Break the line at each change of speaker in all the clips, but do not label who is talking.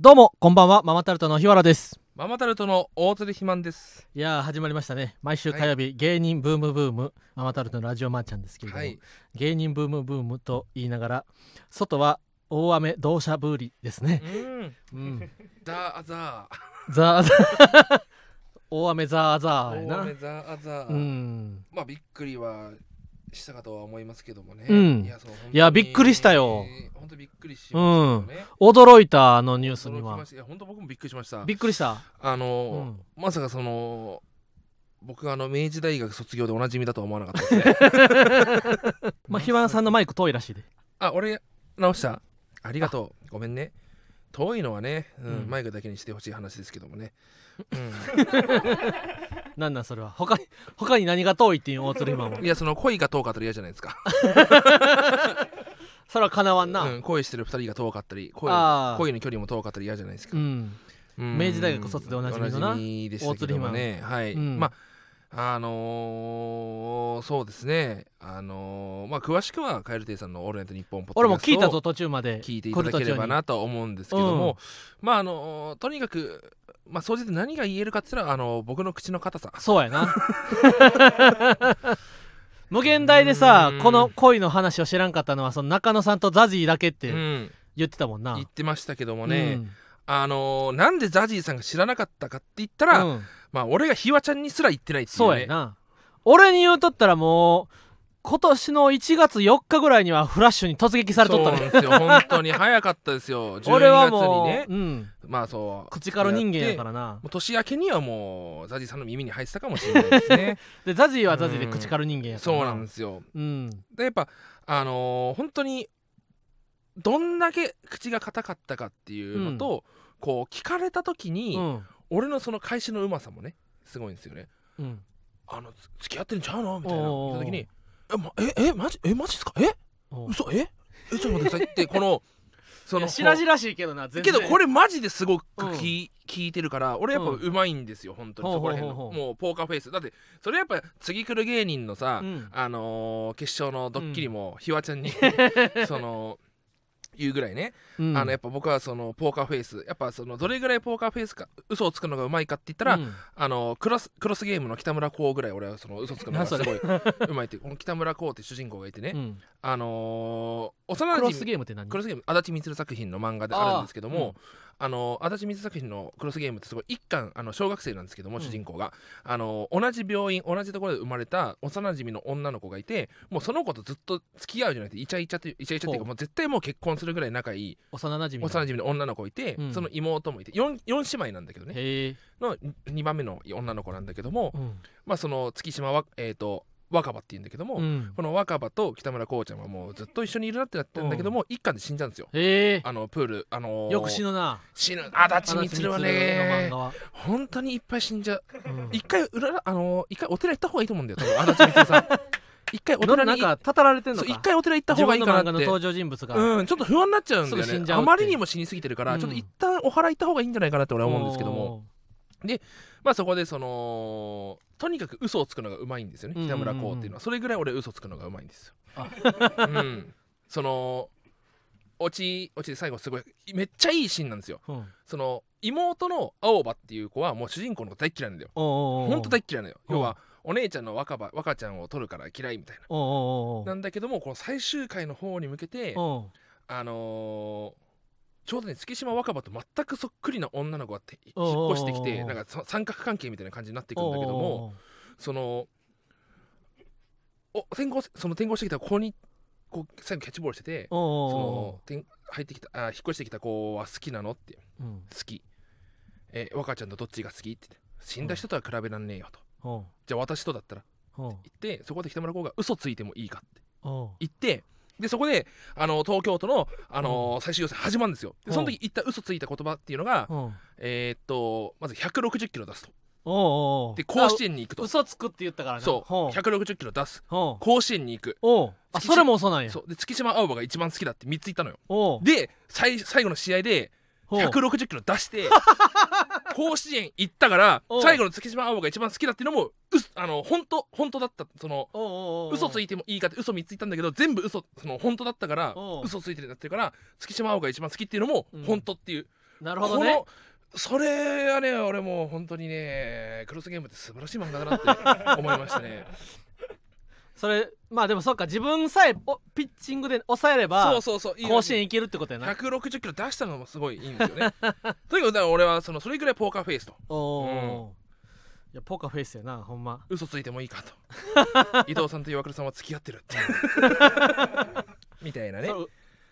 どうもこんばんはママタルトの日原です
ママタルトの大鶴ひまんです。
いやー始まりましたね毎週火曜日、芸人ブームブームママタルトのラジオマーちゃんですけれども、
はい。
芸人ブームブームと言いながら外は大雨同車ぶりですね、
うん。
うん、
ザーザー。
ザーザー 大雨ザーザーや
大
な
雨ザーザー。
うん
まあびっくりはしたかとは思いますけどもね。
うん
いやそう本当に
いやびっくりしたよ。
本当びっくりしましたよね。
驚いたあのニ
ニ
ュースには。
いや本当僕もびっくりしました。
びっくりした、
あ
う
の
ん、
ーまさかその僕があの明治大学卒業でおなじみだとは思わなかったですね。
まあ日原さんのマイク遠いらしいで
あ俺直した。ありがとう。ごめんね。遠いのはね、うん
うん
マイクだけにしてほしい話ですけどもね。うん
なんなんそれは他に他に何が遠いっていう大鶴ひまも
いやその恋が遠かったら嫌じゃないですか、
それはかなわんな、
うん、恋してる二人が遠かったり恋
あー
恋の距離も遠かったら嫌じゃないですか、
うん
うん
明治大学卒でおなじみのな
おなじみでしたけどもねはい、
うん
まああのーそうですねあのーまあ詳しくはカエル亭さんの「オールナイトニッポン」ポッ
俺も
ドキャ
聞
スト
いた
を
ぞ途中まで
聞いていただければなとは思うんですけども、まああのーとにかくまあ総じて何が言えるかって言ったらあのー僕の口の硬さ
そうやな 無限大でさ
うん
この恋の話を知らんかったのはその中野さんとザジーだけっ
う
て
ん
言ってたもんな、
言ってましたけども
う
ね、
ん
あのーなんでザジーさんが知らなかったかって言ったら、
うん
まあ俺がひわちゃんにすら言ってないっていうね
そうやな俺に言うとったらもう今年の1月4日ぐらいにはフラッシュに突撃されとった
そうなん
ね
ですよ本当に早かったで すよ12月にね
俺はもう、うん、
まあそう
口から人間やから
やって
な
もう年明けにはもうザジさんの耳に入ってたかもしれないです ね
でザジーはザジーで口から人間やから
そうなんですよ
うん
でやっぱあのー本当にどんだけ口が硬かったかっていうのと、こう聞かれた時に、
うん
俺のその返しのうまさもねすごいんですよね
うん
あのつ付き合ってんちゃうのみたいな
おー
言った時にえ、ま、ええマジえマジっすかえ
おう
嘘ええちょっと待ってくださいってこのそ
い
の
や白々しいけどな全
け
然
どこ
れ
れマジですごく
うん
聞,、聞いてるから俺やっぱ
うん
うまいんですよ本当に
ほう
そ
ほ
こ
う
ら
ほうほう
辺のもうポーカーフェイスだってそれやっぱ次来る芸人のさ、
うん
あのー決勝のドッキリもひわちゃ んに、その言うぐらいね、
うん
あのやっぱ僕はそのポーカーフェイスやっぱそのどれぐらいポーカーフェイスか嘘をつくのがうまいかって言ったら、
うん
あのクロスクロスゲームの北村光ぐらい俺はその嘘つくのがすごいうまいってこの北村光って主人公がいてね、
うん
あのー幼
ク
馴
ロ
染
スゲームって何
クロスゲーム足立光作品の漫画であるんですけどもあ、の足立光作品の「クロスゲーム」ってすごい一巻あの小学生なんですけども、
うん
主人公があの同じ病院同じところで生まれた幼馴染の女の子がいてもうその子とずっと付き合うじゃなくてイチャイチャっていうイチャイチャってい
ほ
う
う
かもう絶対もう結婚するぐらい仲いい
幼馴染みの
幼馴染の女の子いて、
うん
その妹もいて 4, 4姉妹なんだけどね
へえ、
の2番目の女の子なんだけども、
うん
まあその月島は、えー、と若葉っていうんだけども、
うん
この若葉と北村こうちゃんはもうずっと一緒にいるなってなってるんだけども、一巻で死んじゃうんですよ。
へ
あのプールあの
え
ー
よく死ぬな
死ぬ足立
みつ
光は
の漫
ね
画は、
本当にいっぱい死んじゃう
うん
一回裏らあのー一回お寺行った方がいいと思うんだよ多分足立光さ ん一回お
な
寺
な
に
んかたたられてんの
そう
か
一回お寺行った方がいいか
自分の漫画
なっ
の
て
登場人物が、
うんちょっと不安になっちゃうんだよ
すぐ死ん
ね
じゃうっ
あ
て
まりにも死にすぎてるから、
うん
ちょっと一旦お祓い行った方がいいんじゃないかなって俺は思うんですけどもまあそこでそのとにかく嘘をつくのがうまいんですよ
うん
ね
うんう
北
ん
村光っていうのはそれぐらい俺嘘つくのがうまいんですよ
あ。
うん、その落ち落ちで最後すごいめっちゃいいシーンなんですよ。
おー、うん、
その妹の青葉っていう子はもう主人公のこと大っ嫌いなんだよ。
おーおーおー
ほんと大っ嫌いなのよ。
うん
要はお姉ちゃんの若葉若ちゃんを取るから嫌いみたいな。
おーおーおー
なんだけどもこの最終回の方に向けて
お
あのーちょうどね月島若葉と全くそっくりな女の子がて引
おうおうおう
っ越してきてなんかそ三角関係みたいな感じになっ
て
てくるんだけどもそのお転校その転校してきた子にこう最後キャッチボールしてて
お
そ
お
の転入ってきたあ引っ越してきた子は好きなのって
ーおーうん
好きえ若ちゃんとどっちが好きって言って死んだ人とは比べらんねえよと、
おー
じゃあ私とだったら
おー
言ってそこで北村光が嘘ついてもいいかって
おー
言ってでそこであの東京都の、あの最終予選始まるんですよでその時言った嘘ついた言葉っていうのが、
おー
えーっとまず160キロ出すと
おーおー
で甲子園に行くと
嘘つくって言ったからな
そう
ほ
160キロ出す
ほう
甲子園に行く
おうあそれも嘘なんや
そうで月島青葉が一番好きだって3つ言ったのよ
おう
で最最後の試合で
ほう
160キロ出して 甲子園行ったから
おう
最後の月島青葉が一番好きだっていうのもうすあの本当本当だったその
おーおーおー
嘘ついてもいいかって嘘3つ言ったんだけど全部嘘その本当だったから
おう
嘘ついてるようになってるから月島青葉が一番好きっていうのも
うん
本当っていう、
なるほどね
このそれはね俺もう本当にねクロスゲームって素晴らしい漫画だ なって思いましたね
それまあでもそっか自分さえおピッチングで抑えれ
そ
ば
うそうそういい
甲子園行けるってことやな
160キロ出したのもすごいいいんですよねということで俺はそのそれぐらいポーカーフェイスと
おおー、いやポーカーフェイスやなほんま
嘘ついてもいい かと伊藤さんと岩倉さんは付き合ってるってみたいなね
そう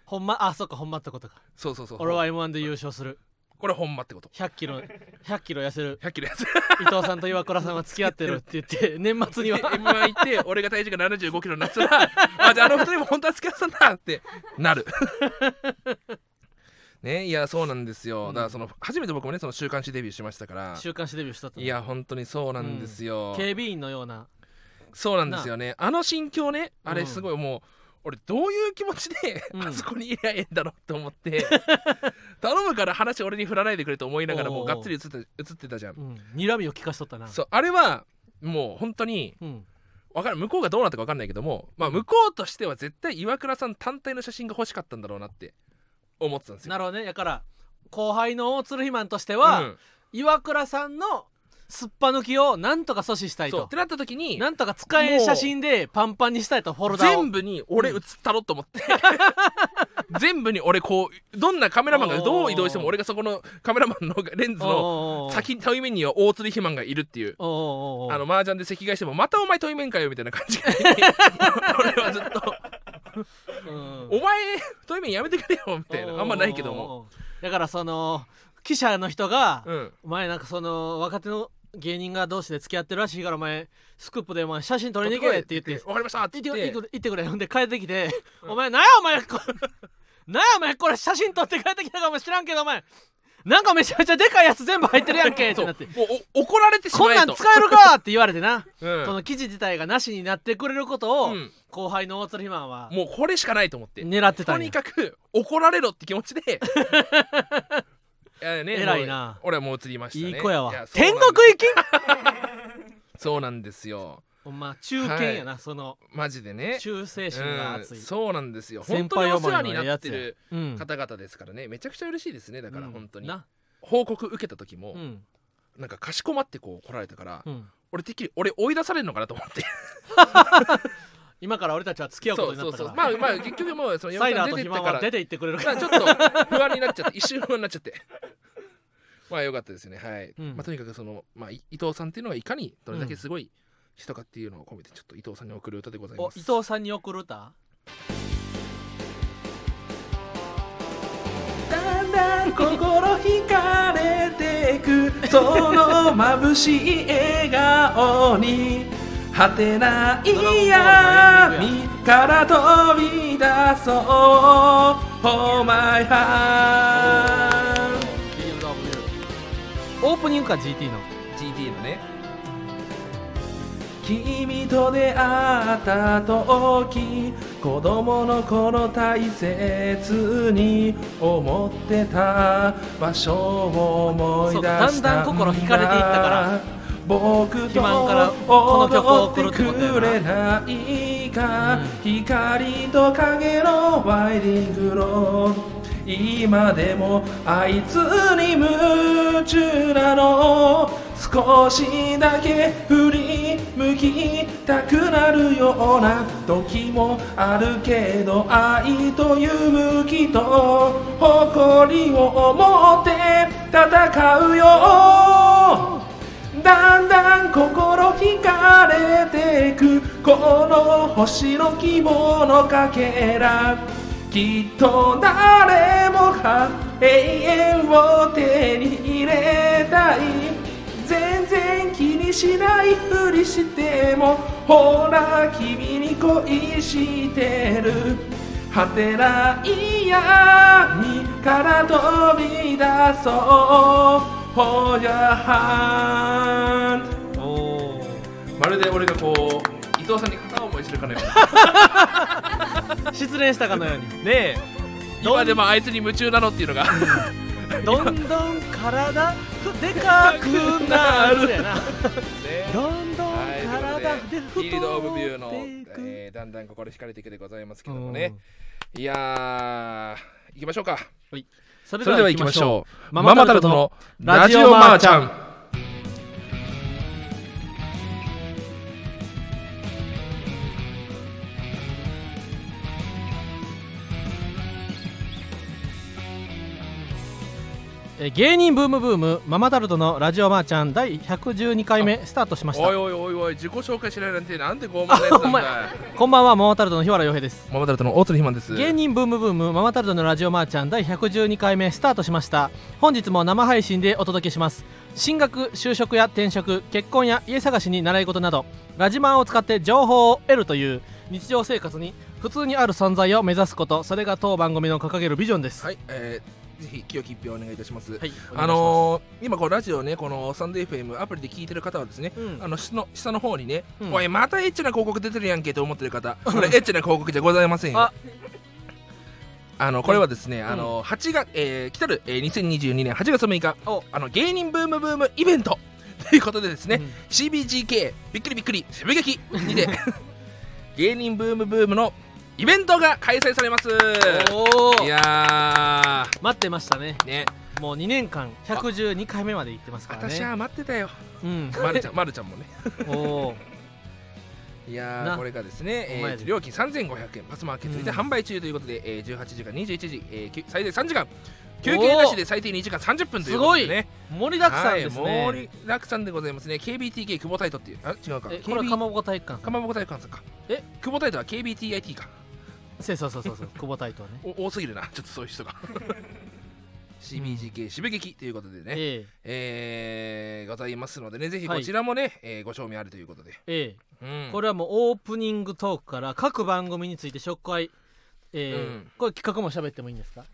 ほんまあそっかほんまってことか
そうそうそう
俺は m 1で優勝する
これほんまってこと
1 0 0キロ1 0 0キロ痩せる
100キロやつ
伊藤さんと岩倉さんは付き合ってるっ て言って年末には
m 1行って俺が体重が7 5キロになってたらあじゃああの二人も本当は付き合ってたんだって なるねいやそうなんですよ、だからその初めて僕もねその週刊誌デビューしましたから
週刊誌デビューしたと
いや本当にそうなんですよ、
警備員のような
そうなんですよねあの心境ねあ
う
れ
ん
すごいもう、俺どういう気持ちで
うん
あそこにいりゃええんだろうと思って、 頼むから話俺に振らないでくれと思いながらも
お
う
うおう
がっつり映って映ってたじゃん、
うん睨みを聞かしとったな
そうあれはもう本当に
うん
わかる向こうがどうなったか分かんないけども、まあ、向こうとしては絶対岩倉さん単体の写真が欲しかったんだろうなって思ってたんですよ。
なるほどねだから後輩の大鶴肥満としては、
うん
岩倉さんのすっぱ抜きをなんとか阻止したい
そうっ
と
てなった時に
なんとか使えん写真でパンパンにしたいとフォルダを
全部に俺映ったろと思って、 全部に俺こうどんなカメラマンがどう移動しても俺がそこのカメラマンのレンズの
の
先対面には大鶴肥満がいるっていう。
おうおうおう
あの麻雀で席替えしてもまたお前対面かよみたいな感じが 俺はずっと
うん
お前対面やめてくれよみたいなあんまないけども、
おうおうおうだからその記者の人が、
うん、
お前なんかその若手の芸人が同士で付き合ってるらしいからお前スクープでお前写真撮りに行けって言って
わかりましたって
行って
言
く
っ
れ
て
行ってくれ行ってくれほんで帰ってきて「お前なんやお前こなんやお前これ写真撮って帰ってきたかも知らんけどお前なんかめちゃめちゃでかいやつ全部入ってるやんけ」って
そう
なって
もうお怒られて
「
し
こ
ま
ん
え
なん
と
使えるか!」って言われてな
うん
この記事自体がなしになってくれることを
うん
後輩の大鶴ひまんは
もうこれしかないと思って
狙ってた
と
んや
にかく怒られろって気持ち でいやね
偉いな
もう俺はもう移りました
い
ね
い子や
い
わ
そうな
天
ん
国
だ
行き
そうなんですよ
ほんま中堅やなその
マジでね
忠誠心が熱
う
い
ん、そうなんですよ
先
本当に
輩
お
思
世
い
話
の
に
や
なっ
つ
て
や
る
うん
方々ですからねめちゃくちゃ嬉しいですねだから本当に、
な
報告受けた時も
うん
なんかかしこまってこう来られたから、
うん
俺てっきり俺追い出されるのかなと 思って
今から俺たちは付き合うことになったから
まあまあ結局もうその
サイダ
山
ーと
田
ひま
さん出てった
んは
から
出て行ってくれるから
まあちょっと不安になっちゃって一瞬不安になっちゃって まあよかったですねはい、
うん
まあ、とにかくその、まあ、い伊藤さんっていうのがいかにどれだけすごい人かっていうのを込めてちょっと伊藤さんに送る歌でござい
お
ま
伊
す
藤さんに送る歌
だんだん心惹かれてくその眩しい笑顔に果てない
闇
から飛び出そう Oh my heart
オープニングか GT の
GT のね君と出会った時子供の頃大切に思ってた場所を思い出した
そうだんだん心惹かれていったから
僕
肥
と
満からこの曲を送る
踊
っ
って
ことやな
てくれないか、
うん
光と影のワイディングロー今でもあいつに夢中なの少しだけ振り向きたくなるような時もあるけど愛という向きと誇りを思って戦うよだんだん心惹かれてくこの星の希望のかけらきっと誰もが永遠を手に入れたい全然気にしないふりしてもほら君に恋してる果てない闇から飛び出そうホーヤハン
お
まるで俺がこう伊藤さんに片思いしてるかのよう
失恋したかのように
なねえ
どん
今でもあいつに夢中なのっていうのが
どんどん体でかくな るやなどんどん体
はい、と
で
いうことでリード・オブ・ビュー
太
の、
ってい
えーだんだん心惹かれていくでございますけ
く
どもねいやー行きましょうか
はいそれ
それでは行きまし
う
ょう
マ
マ
マ
マ
タ
タ
ル
ル
ト
ト
の
の
ラ
ラ
ジ
ジ
オ
オ
マ
マ
ー
ー
ち
ち
ゃ
ゃ
ん
ん
えー芸人ブームブームママタルトのラジオマーちゃん第112回目スタートしました
おいおいおいおい自己紹介しないなんてなんで傲慢なやつなんだよ
こんばんはママタルトの日原洋平です
ママタルトの大鶴ひまんです
芸人ブームブームママタルトのラジオマーちゃん第112回目スタートしました本日も生配信でお届けします進学就職や転職結婚や家探しに習い事などラジマーを使って情報を得るという日常生活に普通にある存在を目指すことそれが当番組の掲げるビジョンです
はい、えー、ぜひ清き一票お願いいたします、
はい
あのー、今こうラジオねこのサンデー FM アプリで聞いてる方はですね、
うん
あの下の下の方にね、
うん
おいまたエッチな広告出てるやんけと思ってる方これエッチな広告じゃございませんよ
あ
あのこれはですね、あの8月、えー、来たる、えー、2022年8月6日
お
あの芸人ブームブームイベントということでですね、
うん
CBGK びっくりびっくり渋劇 にて芸人ブームブームのイベントが開催されます
おー
いや
待ってましたね
ーね
もう2年間112回目まで行ってますからね
私は待ってたよ
うん
まるちゃんまるちゃんもね
おー
いや
な
ーこれがですね、え
お前
ー
で
料金3500円パスマーケットで
うん
販売中ということで、えー18時から21時、えーきゅ最大3時間休憩なしで最低2時間30分ということでね
盛りだくさんですね、
はい、盛りだくさんでございますね KBTK 久保タイトっていうあ違うか
えこれは
KB
かまぼこ体育館
かまぼこ体育館さんか
え
久保タイトは KBTIT か
そうそうそうそうそう 久保タイトはね
お多すぎるな ちょっとそういう 人が CBGK 渋劇ということでね、
え
えーございますのでねぜひ
は
こ
い
ちらもね、えーご賞味あるということで、
ええ
うん
えこれはもうオープニングトークから各番組について紹介、ええ
うん
これ企画も喋ってもいいんですか、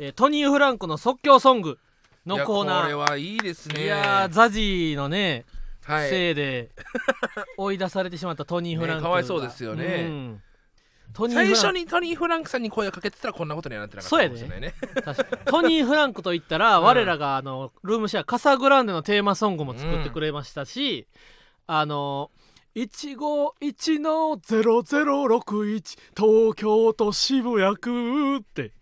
ええトニー・フランコの即興ソングのコーナ
いや
ー
これはいいです
いや
ね
ーザジーのね、
はい、
せいで追い出されてしまったトニー・フランクが、
ねかわいそうですよね
んトニー・
最
フラ
初
ンク
にトニー・フランクさんに声をかけてたらこんなことにはなってなかったかもしれないね。
確かにトニー・フランクといったら、我らがあのルームシェアカサグランデのテーマソングも作ってくれましたし、あの151の0061東京都渋谷区って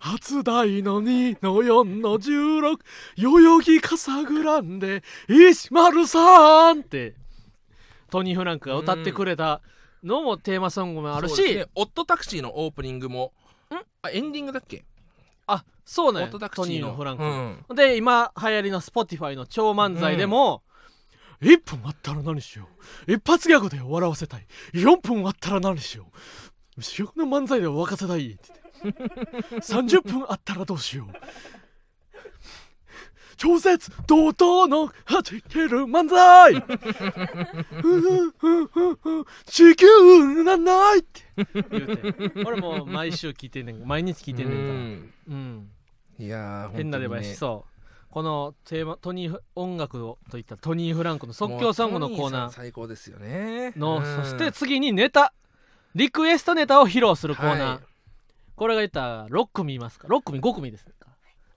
初代の2の4の16代々木カサグランデ103ってトニー・フランクが歌ってくれたのもテーマソングもある
そう
し、
ですね、オットタクシーのオープニングも、あエンディングだっけ
あそう
オ
なん
ッ
や
トタク
ト
シー
ニー
の。
のフランク。
うん
で今流行りの Spotify の超漫才でも、1分あったら何しよう一発ギャグで笑わせたい4分あったら何しよう主役の漫才で沸かせたいって言って30分あったらどうしよう超絶怒涛のはじける漫才ふふふふふ地球がないって言うて俺もう毎週聞いてんねん毎日聞いてんねんからうん
いやー、
変な出囃
ば
子、そうこのテーマトニーフ音楽をといったトニー・フランクの即興ソングのコー
もうトニ
ナ
さん最高ですよね。
ーの、
うん
そして次にネタリクエストネタを披露するコーナー、
はい
これが言ったら6組いますか6組5組ですか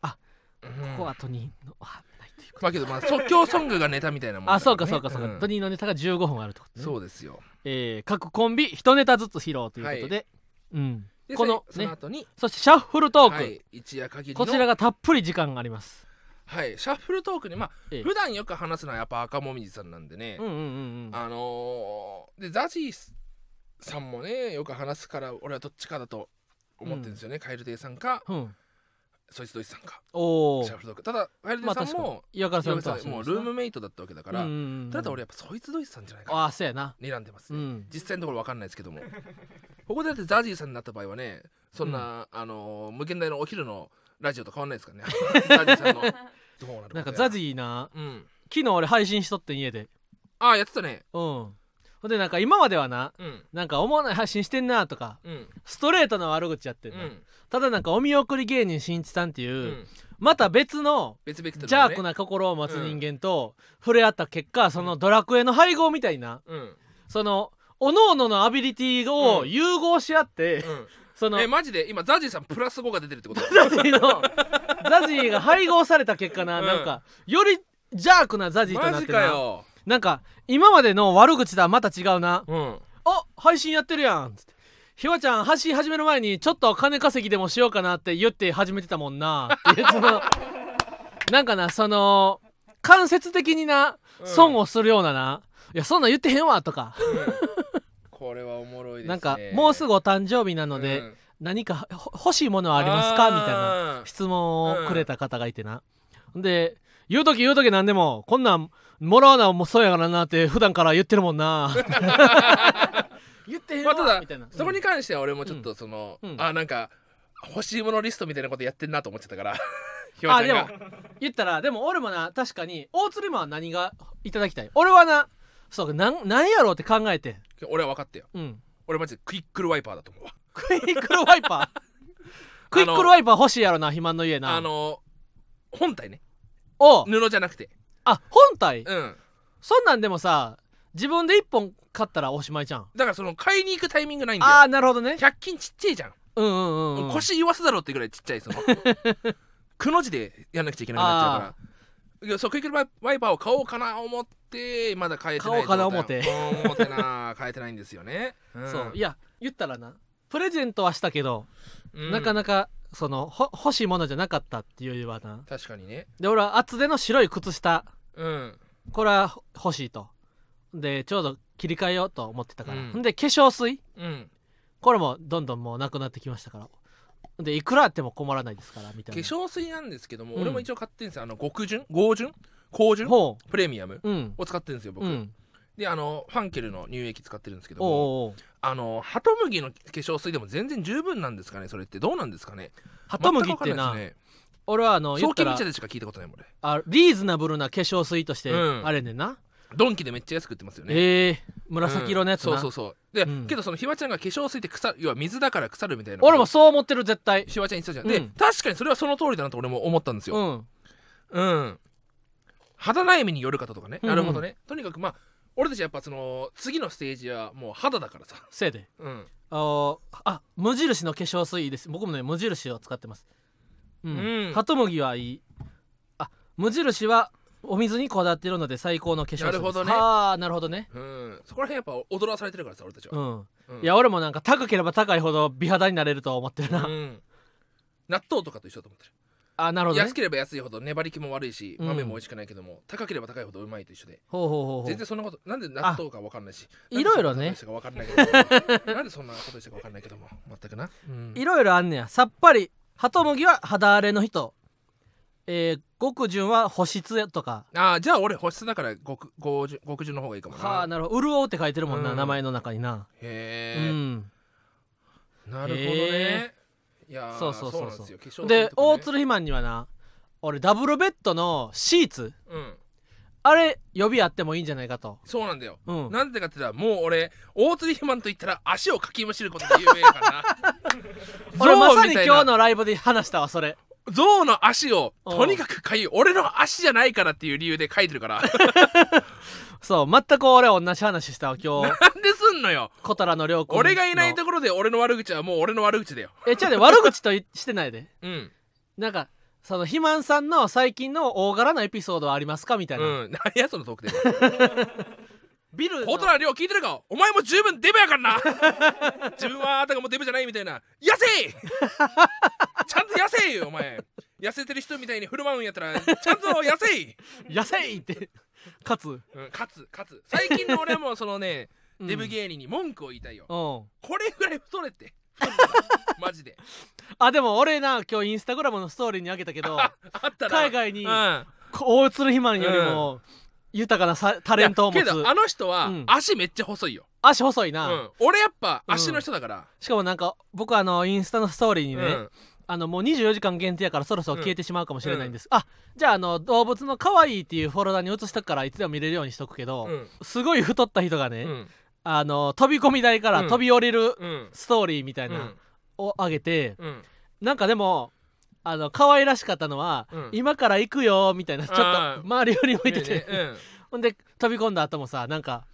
うん
ここはトニーのあないというか、
まあけど、まあ、即興ソングがネタみたいなもんだらね、
あそうかそうかそうか、
ん
トニーのネタが15分あるってことね
そうですよ。
えー各コンビ1ネタずつ披露ということで、うん
で
この
そそ
ね
の後に、
そしてシャッフルトーク、
はい、一夜限りの
こちらがたっぷり時間があります
はい、シャッフルトークに、まあ、
ええ
普段よく話すのはやっぱ赤もみじさんなんでね。
うんうんうんうん
あのーでザジーさんもねよく話すから俺はどっちかだと思ってるんですよね、カエル亭さんか
うん
そいつどいつさんか
お
シャ
お
ッフルドッグただカエル亭さんも、
岩倉さん
岩
とは
倉さんもうルームメイトだったわけだから、ただ
や
俺やっぱそいつどいつさんじゃないか
あ
な
あそうやな
睨んでます
う
ね、
ん
実際のところ分かんないですけど もここでだってザジーさんになった場合はねそんな、あのー無限大のお昼のラジオと変わんないで すからねザジーさんのどうなる
なんかザジ
ー
ーな
うん
昨日俺配信しとってん家でうん
ああやってたね
ほんでなんか今まではな
うん
なんか思わない配信してんなとか
うん
ストレートな悪口やって
うんん、
な、ただなんかお見送り芸人しんいちさんっていう、
うん
また別の
別ベクトル
ジ
だ
ャ
ね
ークな心を持つ人間と触れ合った結果そのドラクエの配合みたいな
うん
そのおのおののアビリティを融合し合って、
うん
その
えマジで今ザジーさんプラス5が出てるってこ と
ザジーのザジーが配合された結果な、
うん
なんかよりジャークなザジーとな
マ
っ
ジ
て
か
な
よ、
なんか今までの悪口だまた違うな
うん、
あ配信やってるやんつってひわちゃん走り始める前にちょっと金稼ぎでもしようかなって言って始めてたもんなってそのなんかなその間接的にな
うん
損をするようなな、いやそんなん言ってへんわとか、
これはおもろいですね
なんかもうす
ぐ
ぐお誕生日なので、何かほ欲しいものはありますかみたいな
な
質問をくれた方がいてな、で言う時言う時何でもこんなんもらわなもそうやからなって普段から言ってるもんな 言ってへん
ま
わ、
あ、ただ
みたいな
そこに関しては俺もちょっとその、
うん
あなんか欲しいものリストみたいなことやってんなと思ってたから ひ
あ
わち
で
ゃん
も
が
言ったらでも俺もな確かに大鶴マンは何がいただきたい俺はなそうなんなんやろうって考えて
俺は分かったよ
うん
俺マジでクイックルワイパーだと思うわ
クイックルワ イパークイックルワイパー欲しいやろな肥満の家な
あの本体ね
おう
布じゃなくて
あ本体
うん
そんなんでもさ自分で1本買ったらおしまいじゃん
だからその買いに行くタイミングないんだ
あ
よ
あなるほどね
100均ちっちゃいじゃん、
うんうんうん、うん、
腰言わすだろうってぐらいちっちゃいそ のくの字でやんなくちゃいけなくなっちゃうからいやそうクイックルワイパーを買おうかな思ってまだ買えてな
買
い
おうかな思
状
うて
態うん思ってな買えてないんですよね、うん
そういや言ったらなプレゼントはしたけど、
うん
なかなかそのほ欲しいものじゃなかったっていうよりはな
確かにね
で俺は厚手の白い靴下
うん
これは欲しいとでちょうど切り替えようと思ってたから、
うん
ん、で化粧水
うん
これもどんどんもうなくなってきましたからでいくらあっても困らないですからみた
化
いな
粧水なんですけども、
うん
俺も一応買ってんですよあの極潤合潤高潤
ほ
プレミアム
ううん
を使ってるんですよ僕、
うん
であのファンケルの乳液使ってるんですけども
おうおうおう
あのハトムギの化粧水でも全然十分なんですかねそれってどうなんですかね
ハトムギって
全くわ
な
かんいです
俺はあの
ね
言
早
った
期見
ら
茶でしか聞いたことないもん俺
あリーズナブルな化粧水として
うん
あれねんな、
ドンキでめっちゃ安く売ってますよね
ええ紫色のやつな、
うんそうそうそうで、
うん
けどそのひわちゃんが化粧水って腐る要は水だから腐るみたいな
俺もそう思ってる絶対
ひわちゃん言ってたじゃん、
う
で
ん
確かにそれはその通りだなと俺も思ったんですよ
うん
うん肌悩みによる方とかね、
うんうん
なるほどねとにかくまあ俺たちやっぱその次のステージはもう肌だからさ
せいで
うん、
あのあ無印の化粧水いいです僕もね無印を使ってますうん、
うん
ハトムギはいいあ無印はお水にこだわっているので最高の化粧水です
なるほどね
ああなるほどね
うん、そこら辺やっぱ踊らされてるからさ俺たち
う
は、
ん、
うん
いや俺もなんか高ければ高いほど美肌になれると思ってるな、
うん納豆とかと一緒だと思ってる
あなるほどね
安ければ安いほど粘り気も悪いし
うん
豆も美味しくないけども、高ければ高いほどうまいと一緒で
ほうほうほうほう
全然そんなことなんで納豆か分かんないし
いろいろね
なんでそんなことしたか分かんないけども なんでそんなことしたか分かんないけども全くな、うん
いろいろあんねやさっぱりハトムギは肌荒れの人えー、極潤は保湿やとか
ああじゃあ俺保湿だから極極潤極潤の方がいいかも
はあな
な
るほど潤うって書いてるもんな、
うん
名前の中にな、
へ
う
え、
ん
なるほどね。
へ
いやー
そうそうそうそう
なんですよ。化粧水とかね
で大鶴肥満にはな俺ダブルベッドのシーツ
うん。
あれ予備あってもいいんじゃないかと
そうなんだよ。
うん
なんでかって言ったらもう俺大鶴肥満と言ったら足をかきむしることで有名 だから
俺ま
象
さ
み
に
たいな
今日のライブで話したわそれ
象の足を
うん
とにかくかい俺の足じゃないからっていう理由で書いて るからなん
そう全く俺は同じ話したわ今日
ですんのよ
小太郎の良子の
俺がいないところで俺の悪口はもう俺の悪口だよ
えちゃうで悪口といしてないで
うん
なんかその肥満さんの最近の大柄なエピソードはありますかみたいな、
うん何やそのトークで
ビルの
大人量聞いてるかお前も十分デブやからな 自分はあたかもデブじゃないみたいな痩せちゃんと痩せよお前痩せてる人みたいに振る舞うんやったらちゃんと痩せ、
痩せいってかつ、
うん、勝つ勝つ最近の俺はもうそのね、
うん
デブ芸人に文句を言いたいよ
うん
これぐらい太 れってマジで
あでも俺な今日インスタグラムのストーリーにあげた けど
あったら
海外に
うん
大鶴肥満よりも豊かなさタレントを持
いやけ
つ
どあの人は
うん
足めっちゃ細いよ、
足細いうな、
ん、俺やっぱ足の人だから、
しかもなんか僕あのインスタのストーリー
う
に
ん
ね、あのもう24時間限定やからそろそろ消えてしまうかもしれないんです、あじゃああの動物の可愛いっていうフォルダに移したからいつでも見れるようにしとくけど、
うん
すごい太った人がね、
うん
あの飛び込み台から飛び降りる
うん
ストーリーみたいな、
うん
を上げて
うん
なんかでもあの可愛らしかったのは、
うん
今から行くよみたいなちょっと
あー
周り寄り向いてて、
ねうん
ほんで飛び込んだ後もさなんか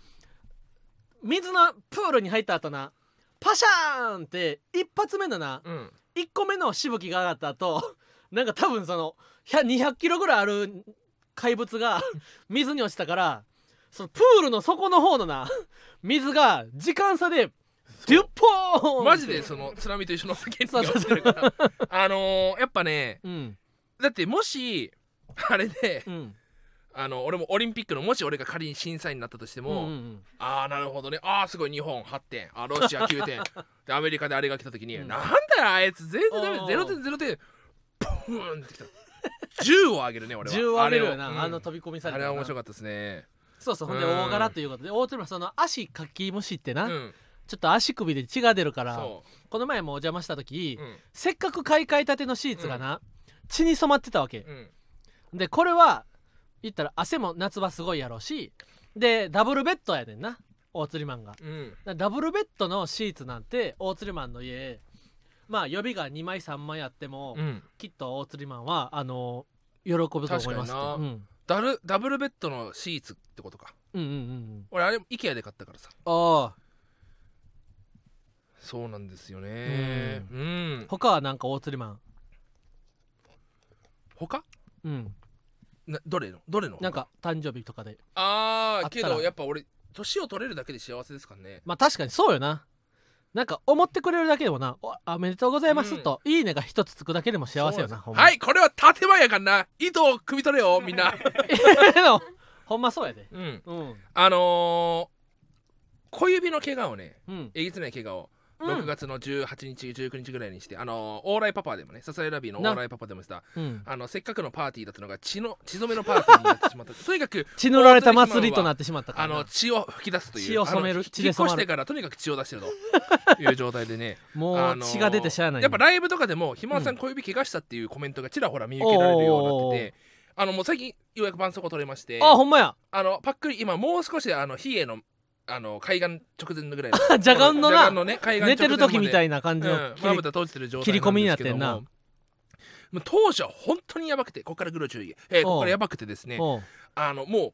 水のプールに入った後なパシャーンって一発目のな
うん
1個目のしぶきが上がった後 なんか多分その100 200キロぐらいある怪物 が水に落ちたからそのプールの底の方のな水が時間差でデュッポーン
マジでその津波と一緒の原理が
そうそう
起きてる からあのーやっぱね
うん
だってもしあれで
うん
あの俺もオリンピックのもし俺が仮に審査員になったとしても、
うんうん
ああなるほどねああすごい日本8点あロシア9点 でアメリカであれが来た時に、
うん
なんだよあいつ全然ダメ
おー
0点0点ブーンってきた10を上げるね俺は
銃を上げるよ
あ
なあ,、
れをうん
の飛び込みされ
あ
た
れ
な
は面白かったですね
そうそうほんで
うん
大柄ということで大手もその足かき虫って
う
な、
ん
ちょっと足首で血が出るから
そ
この前もお邪魔した時、
ううん
せっかく買い替えたてのシーツがな、血に染まってたわけ
うん
でこれは言ったら汗も夏場すごいやろうしでダブルベッドやねんな大釣りマンがだか
うん
らダブルベッドのシーツなんて大釣りマンの家まあ予備が2枚3枚あっても、
うん
きっと大釣りマンはあの喜ぶと思いますって
確か
う
に
ん、
ダルダブルベッドのシーツってことか
うんうんうん
俺あれ IKEA で買ったからさ
ああ
そうなんですよねうん、
他はなんか大釣りマン
他
うん
などれのどれの
なんか誕生日とかで
あ
あ
あ
った
け
ら
どやっぱ俺年を取れるだけで幸せですからね
まあ確かにそうよななんか思ってくれるだけでもな「おあおめでとうございます」と「いいね」が一つつくだけでも幸せよな
そ
ほ
うんん
ま
ですはいこれは建前やからな糸を汲み取 れよみんな
でも ほんまそうやで
うん
うん
あのー、小指の怪我をね
うん
えぎつない怪我を
うん
6月の18日19日ぐらいにして、あのー、オーライパパでもねササエラビーのオーライパパでもした
うん
あのせっかくのパーティーだったのが血の血染めのパーティーになってしまった とにかく
血塗られた祭りとなってしまったか
あ
らな
の血を吹き出すという
血を染める
あの
血で
引っ越
染ま
し
る
てからとにかく血を出してるという状態でね
も
あ
う
のー
血が出てしゃあない
やっぱ
イ
ライブとかでもひまわさ
うん
ん小指怪我したっていうコメントがちらほら見受けられるようになっててあのもう最近ようやく絆創膏取れまして
あほんまや
あのパックリ今もう少しであの比叡のあの海岸直前のぐらいの
じゃがんの
じゃ
な
がんのね海岸
寝てる時みた
い
いな感じの
まぶた閉じてる状態
切り込みになってんな
なんですけどももう当初は本当にやばくてここからグロ注意、えーここからやばくてですね
おう
あのもう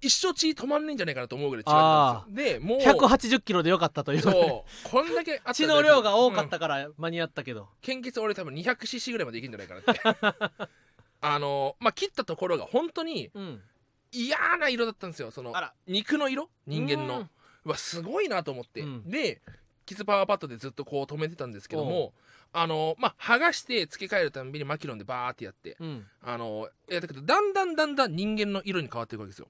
一生血止まんねえんじゃないかなと思うぐらい血が出たんですよでもう
180キロでよかったという
そうこんだけあったら
血の量が多かっ
うん
たから間に合ったけど
献血俺多分 200cc ぐらいまでいけんじゃないかなって あのまあ切ったところが本当に
うん
嫌な色だったんですよその
あら
肉の色人間
う
の
ん
うわすごいなと思って、
うん
でキスパワーパッドでずっとこう止めてたんですけどもあのまあ剥がして付け替えるたんびにマキロンでバーってやって
うん
あのやったけどだんだんだんだん人間の色に変わっていくわけですよ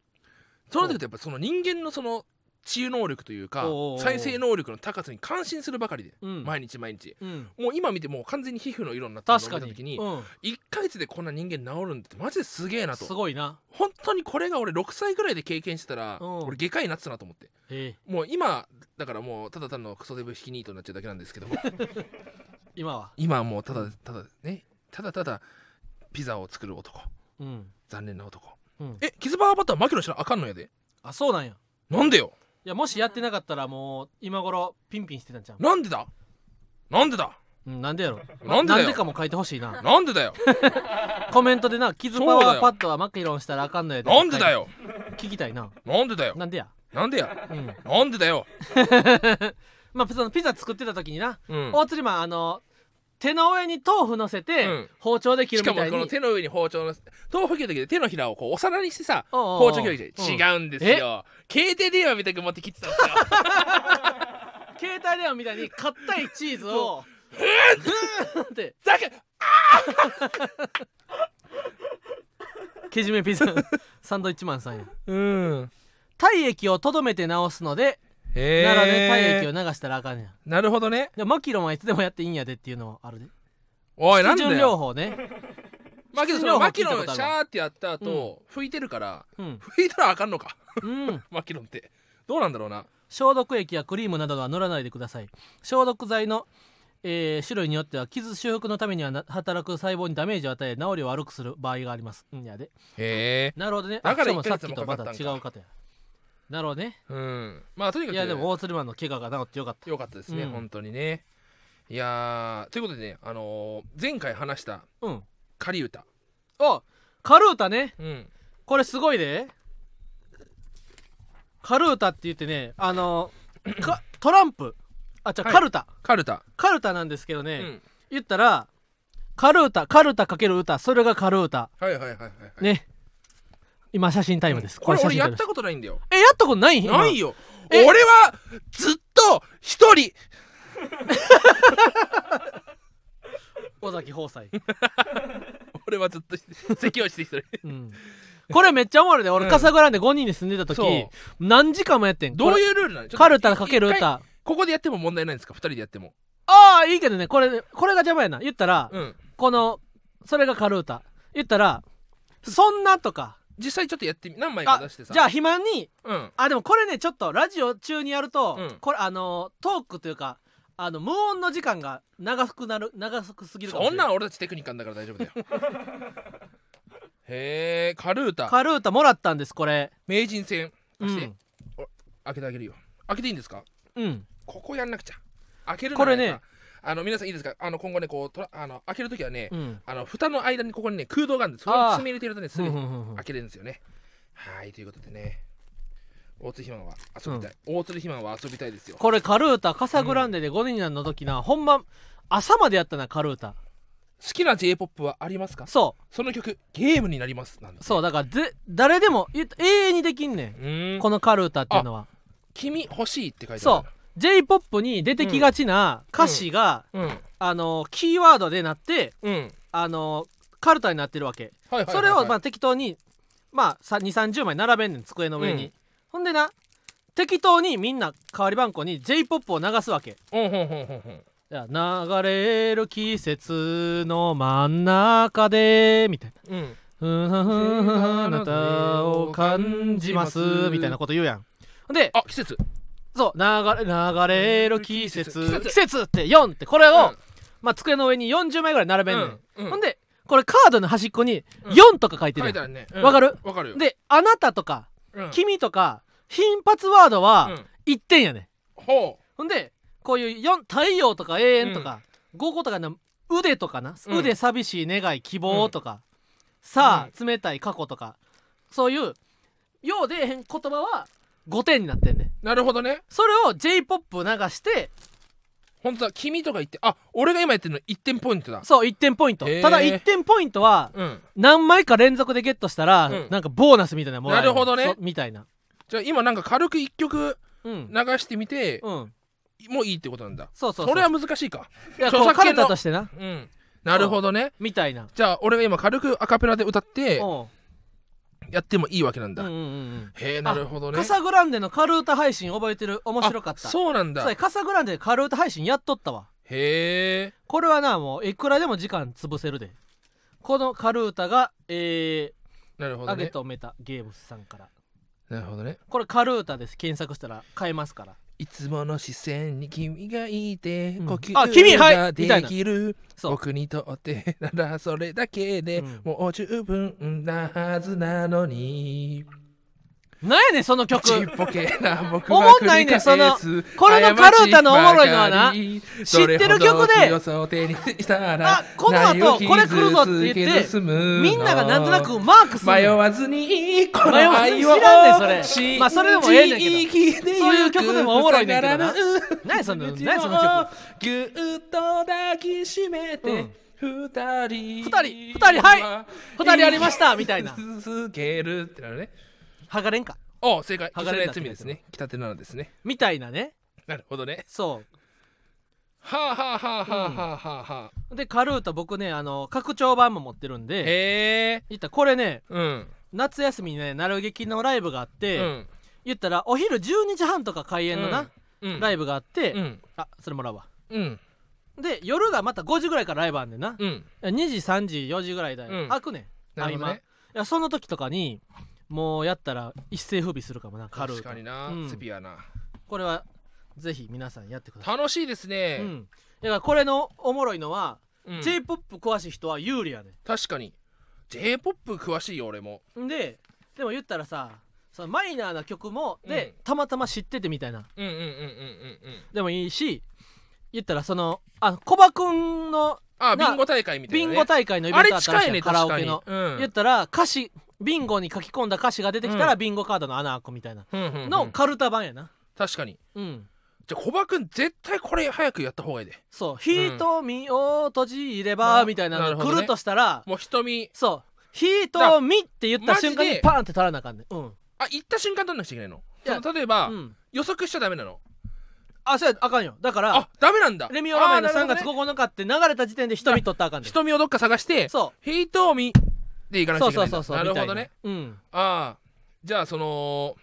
そうなってくるとやっぱその人間のその治癒能力というか
おうおうおう
再生能力の高さに感心するばかりで、
うん
毎日毎日
うん
もう今見てもう完全に皮膚の色になったのを
確か
見た
に
時に
うん
1ヶ月でこんな人間治るんだってマジですげえなと
すごいな
本当にこれが俺6歳ぐらいで経験してたら
うん
俺外科医になってたなと思って
ええ
もう今だからもうただ単のクソデブ引きニートになっちゃうだけなんですけど
今は
今はもうただただねただただピザを作る男
うん
残念な男
うん
えキズバーバッターマキロンしたらあかんのやで
あそうなんや
なんでよ
いやもしやってなかったらもう今頃ピンピンしてたんちゃう
なんでだなんでだ
うんなんでやろ
なんでだよ
かも書いてほしいな
なんでだよ
コメントでな「傷パワーパッドはマキロンしたらあかんのやで」
なんでだよ
聞きたいな
なんでだよ
なんでや
なんでや
うん
なんでだよ
まあそのピザ作ってた時にな、
うん
大釣りマンあの手の上に豆腐乗せて、
うん
包丁で切
し
る
か
み
も
たい
この
に
手の上に包丁の豆腐切る時で手のひらをこうお皿にしてさ
おうおうおう
包丁切る時違うんですよ携帯電話みたく持って切ってたんですよ
携帯電話みたいに硬いチーズをふーんって
ザク
けじめピザサンドイッチマンさんや
うん
体液をとどめて直すので、
へ
ならね体液を流したらあかんやん
なるほどね
でマキロンはいつでもやっていいんやでっていうのもあるで
おいなんだ
基準療
よ
法 ね
まあけど
基準
そ
療
の
法
マキロ
聞いたこ
ン
とあ
シ
るわ
ャーってやった後拭いてるから
うん、
拭いたらあかんのか
うん、
マキロンってどうなんだろうな
消毒液やクリームなどは塗らないでください消毒剤の、えー種類によっては傷修復のためにはな働く細胞にダメージを与え治りを悪くする場合がありますんやで
へえ
なるほどね
だ
あ
から
しかもさっきとま
一ヶ
た
月
違
も
う方やなるほどね
うんまあとにか
い
く
やでも大鶴マンの怪我が治ってよかった
よかったですね、
うん
本当にねいやーということでねあのー前回話した
うん
仮歌
あカルータね
うん
これすごいでカルータって言ってねあのかトランプあじゃ
はい
カルタ、
カルタ、
カルタなんですけどね、
うん、
言ったらカルータカルタかける歌それがカルータ
はいはいはいはいはい
ね今写真タイムです、
これ
写
俺
真
や
タイ
っ
ムです
たことないんだよ
えやったことない
ない
よ
よ
え
俺はずっと一人
尾崎放斎、
俺はずっと一 人咳をして一
う
人
ん、これめっちゃおもろいで俺、
うん
カサグランデ5人で住んでた時
そ
何時間もやってん
どう
う
いうルールなのちょっと
カルタかける
一回
歌
ここでやっても問題ないんですか二人でやっても
ああいいけどねこれこれが邪魔やな言ったら、
うん
このそれがカルータ言ったらそんなとか
実際ちょっとやってみ何枚か
あ
出してさ
じゃあ暇に
うん
あでもこれねちょっとラジオ中にやると、
うん
これあのトークというかあの無音の時間が長くなる長くすぎるかもし
そん
れ
ないん俺たちテクニックなんだから大丈夫だ よへえカルータ
カルータもらったんですこれ
名人戦
う
貸して
ん、
開けてあげるよ開けていいんですか
うん、
ここやんなくちゃ開ける
これ
な
ね
らやっぱあの皆さんいいですかあの今後ねこうとらあの開けるときはね、
うん
あの蓋の間にここにね空洞があるんですそこに
あー
爪入れてるとねすぐ
うんうんうんうん
開けれるんですよねはいということでね大鶴ひまんは遊びたい、大鶴ひまんは遊びたいですよ
これカルータカサグランデで5人の時な、ほんま朝までやったなカルータ
好きな J-POP はありますか
そ
その曲ゲームになりますな
う
んです
そうだからぜ誰でも言う永遠にできんねん
うーん
このカルータっていうのは
君欲しいって書いてあ
そ
る
う j p o p に出てきがちな歌詞が、
そううん
あのキーワードでなって
うんはい
あのカルタになってるわけ、
はいはいはい
それをまあ適当にまあ2三3 0枚並べんねん机の上に、
うん
ほんでな適当にみんな代わり番号に j p o p を流すわけ
うんうんうんうんうん
じゃあ流れる季節の真ん中でみたいな
うん
「ふんふんふんふんあなたを感じます」みたいなこと言うやんほんで
あ季節
そう流れ流れる季
季
節
節
季節って4ってこれを、
うん
まあ、机の上に40枚ぐらい並べんねん、
うんうん
ほんでこれカードの端っこに
うん
4とか書いて
書
る
い
や
て
ん
あるね
わかる
わかるよ
で「あなた」とか
うん
「君」とか頻発ワード
う
は
ん
1点やねん
ほ
ほんでこういう4太陽とか永遠とか、午後とかの腕とかな、
うん
腕寂しい願い希望とか、さあ、冷たい過去とかそういうようでえへん言葉は5点になってんねん
うなるほどね
それを j p o p 流して
本当だ君とか言ってあ俺が今やってるの1点ポイントだ
そう1点ポイント、
へー
ただ1点ポイントは
うん
何枚か連続でゲットしたら、
うん
なんかボーナスみたいなのもらえる
なるほどね
そみたいな
じゃあ今なんか軽く1曲
うん
流してみて
うん
もういいってことなんだ
そうそうう
それは難しいか
いや
著
こう
作
カ
権
ル
の
タとしてな
うんなるほどね
みたいな
じゃあ俺が今軽くアカペラで歌って
おう
やってもいいわけなんだ
うんう
へ
んうん
えなるほど
うん
ね
カサグランデのカルータ配信覚えてる面白かった
あそうなんだ
そうや
へ
カサグランデでカルータ配信やっとったわ
え
これはなもういくらでも時間潰せるでこのカルータがえ
なるほ
ー、
ど
あげ
ね
とめたゲームスさんから
なるほどね
これカルータです検索したら買えますから
いつもの視線に君がいて
うん
呼吸
あ君はい
ができる
そう
僕にとって ならそれだけで
うん
もう十分なはずなのに
なんやねんその曲
ちっぽけ な僕
お
は
もんないね
繰り返す
そのこれのカルータのおもろいのはな
過ちばかり
知ってる曲で
それほど強さを手にしたら
あこの後
内容傷
これ来るぞって言って
つけ盗むの
みんながなんとなくマークする
迷わずにこの
迷わずに
愛を
知らんねんそれまあそれでもええねんけど
信じ生きてゆく
そういう曲でもおもろいねんけどな
塞がらぬ
何その
口
何その曲
ぎゅっと抱きしめて、
うん
二
二
人
人二人はい二人ありましたみたいな
生き続けるってなるね
剥がれんか
お正解
剥が
剥が
れ
れ
な
な
くなっ
罪
てる
ですね北手なのですね
みたいなね
なるほどね
そ
はあはあはあはあはあはあはあ
うでカルータ僕ねあの拡張版も持ってるんで
へえ
言ったらこれね
うん
夏休みにねなる劇のライブがあって、
うん
言ったらお昼12時半とか開演のな、
うん
ラ
イ
イブがあって、
うん
あそれもらうわ
うん
で夜がまた5時ぐらいからライブあんねんな、
うん
2時3時4時ぐらいだよ、
うん
開くねん
なるほど
今い
ね
やその時とかにもうやったら一世不備するかもなカルー
確
タ
かにな
うん
セピアな
これはぜひ皆さんやってくださ
楽しいです
い、う
ね
ん、だからこれのおもろいのは、
うん
j p o p 詳しい人は有利やね
確かに J-POP 詳しいよ俺も
んででも言ったらさそのマイナーな曲もで、
うん
たまたま知っててみたいな
うんうんうんうんうんうん
でもいいし言ったらそのあコバくんの
あ
な
ビンゴ大会みたい
ビ
なね
ンゴ大会のイベ
あ
ントあ
れ
ったら
近
しいや
い
ん
ね
カラオ
確か
ケ
に
の、
うん
言ったら歌詞ビンゴに書き込んだ歌詞が出てきたら、
う
ビンゴカードの穴開くみたいな
うんうんうん
のカルタ版やな
確かに
うん
じゃあ小バくん絶対これ早くやった方がいいで
そう「瞳を閉じれば」
うん
みたいな
な
の
る
が
ほ
来
どね
るとしたら、
もう瞳
そう「瞳」って言った
マジ
瞬
で
間にパーンって取らなあかんねんうん
あ行った瞬間取んなくちゃいけないの
いや
その例えば
うん
予測しちゃダメなの
あそうやあかんよだから
あダメなんだ
レミオロメンの3
あーなるほどね
月9日って流れた時点で瞳取ったらあかんで
瞳をどっか探して
そ
「ヘイトーミ」でいか
う
なきゃ
そう
いけ
そ
な
う
いん
そうそう
だなるほど
み
ね
たいなうん
ああじゃあその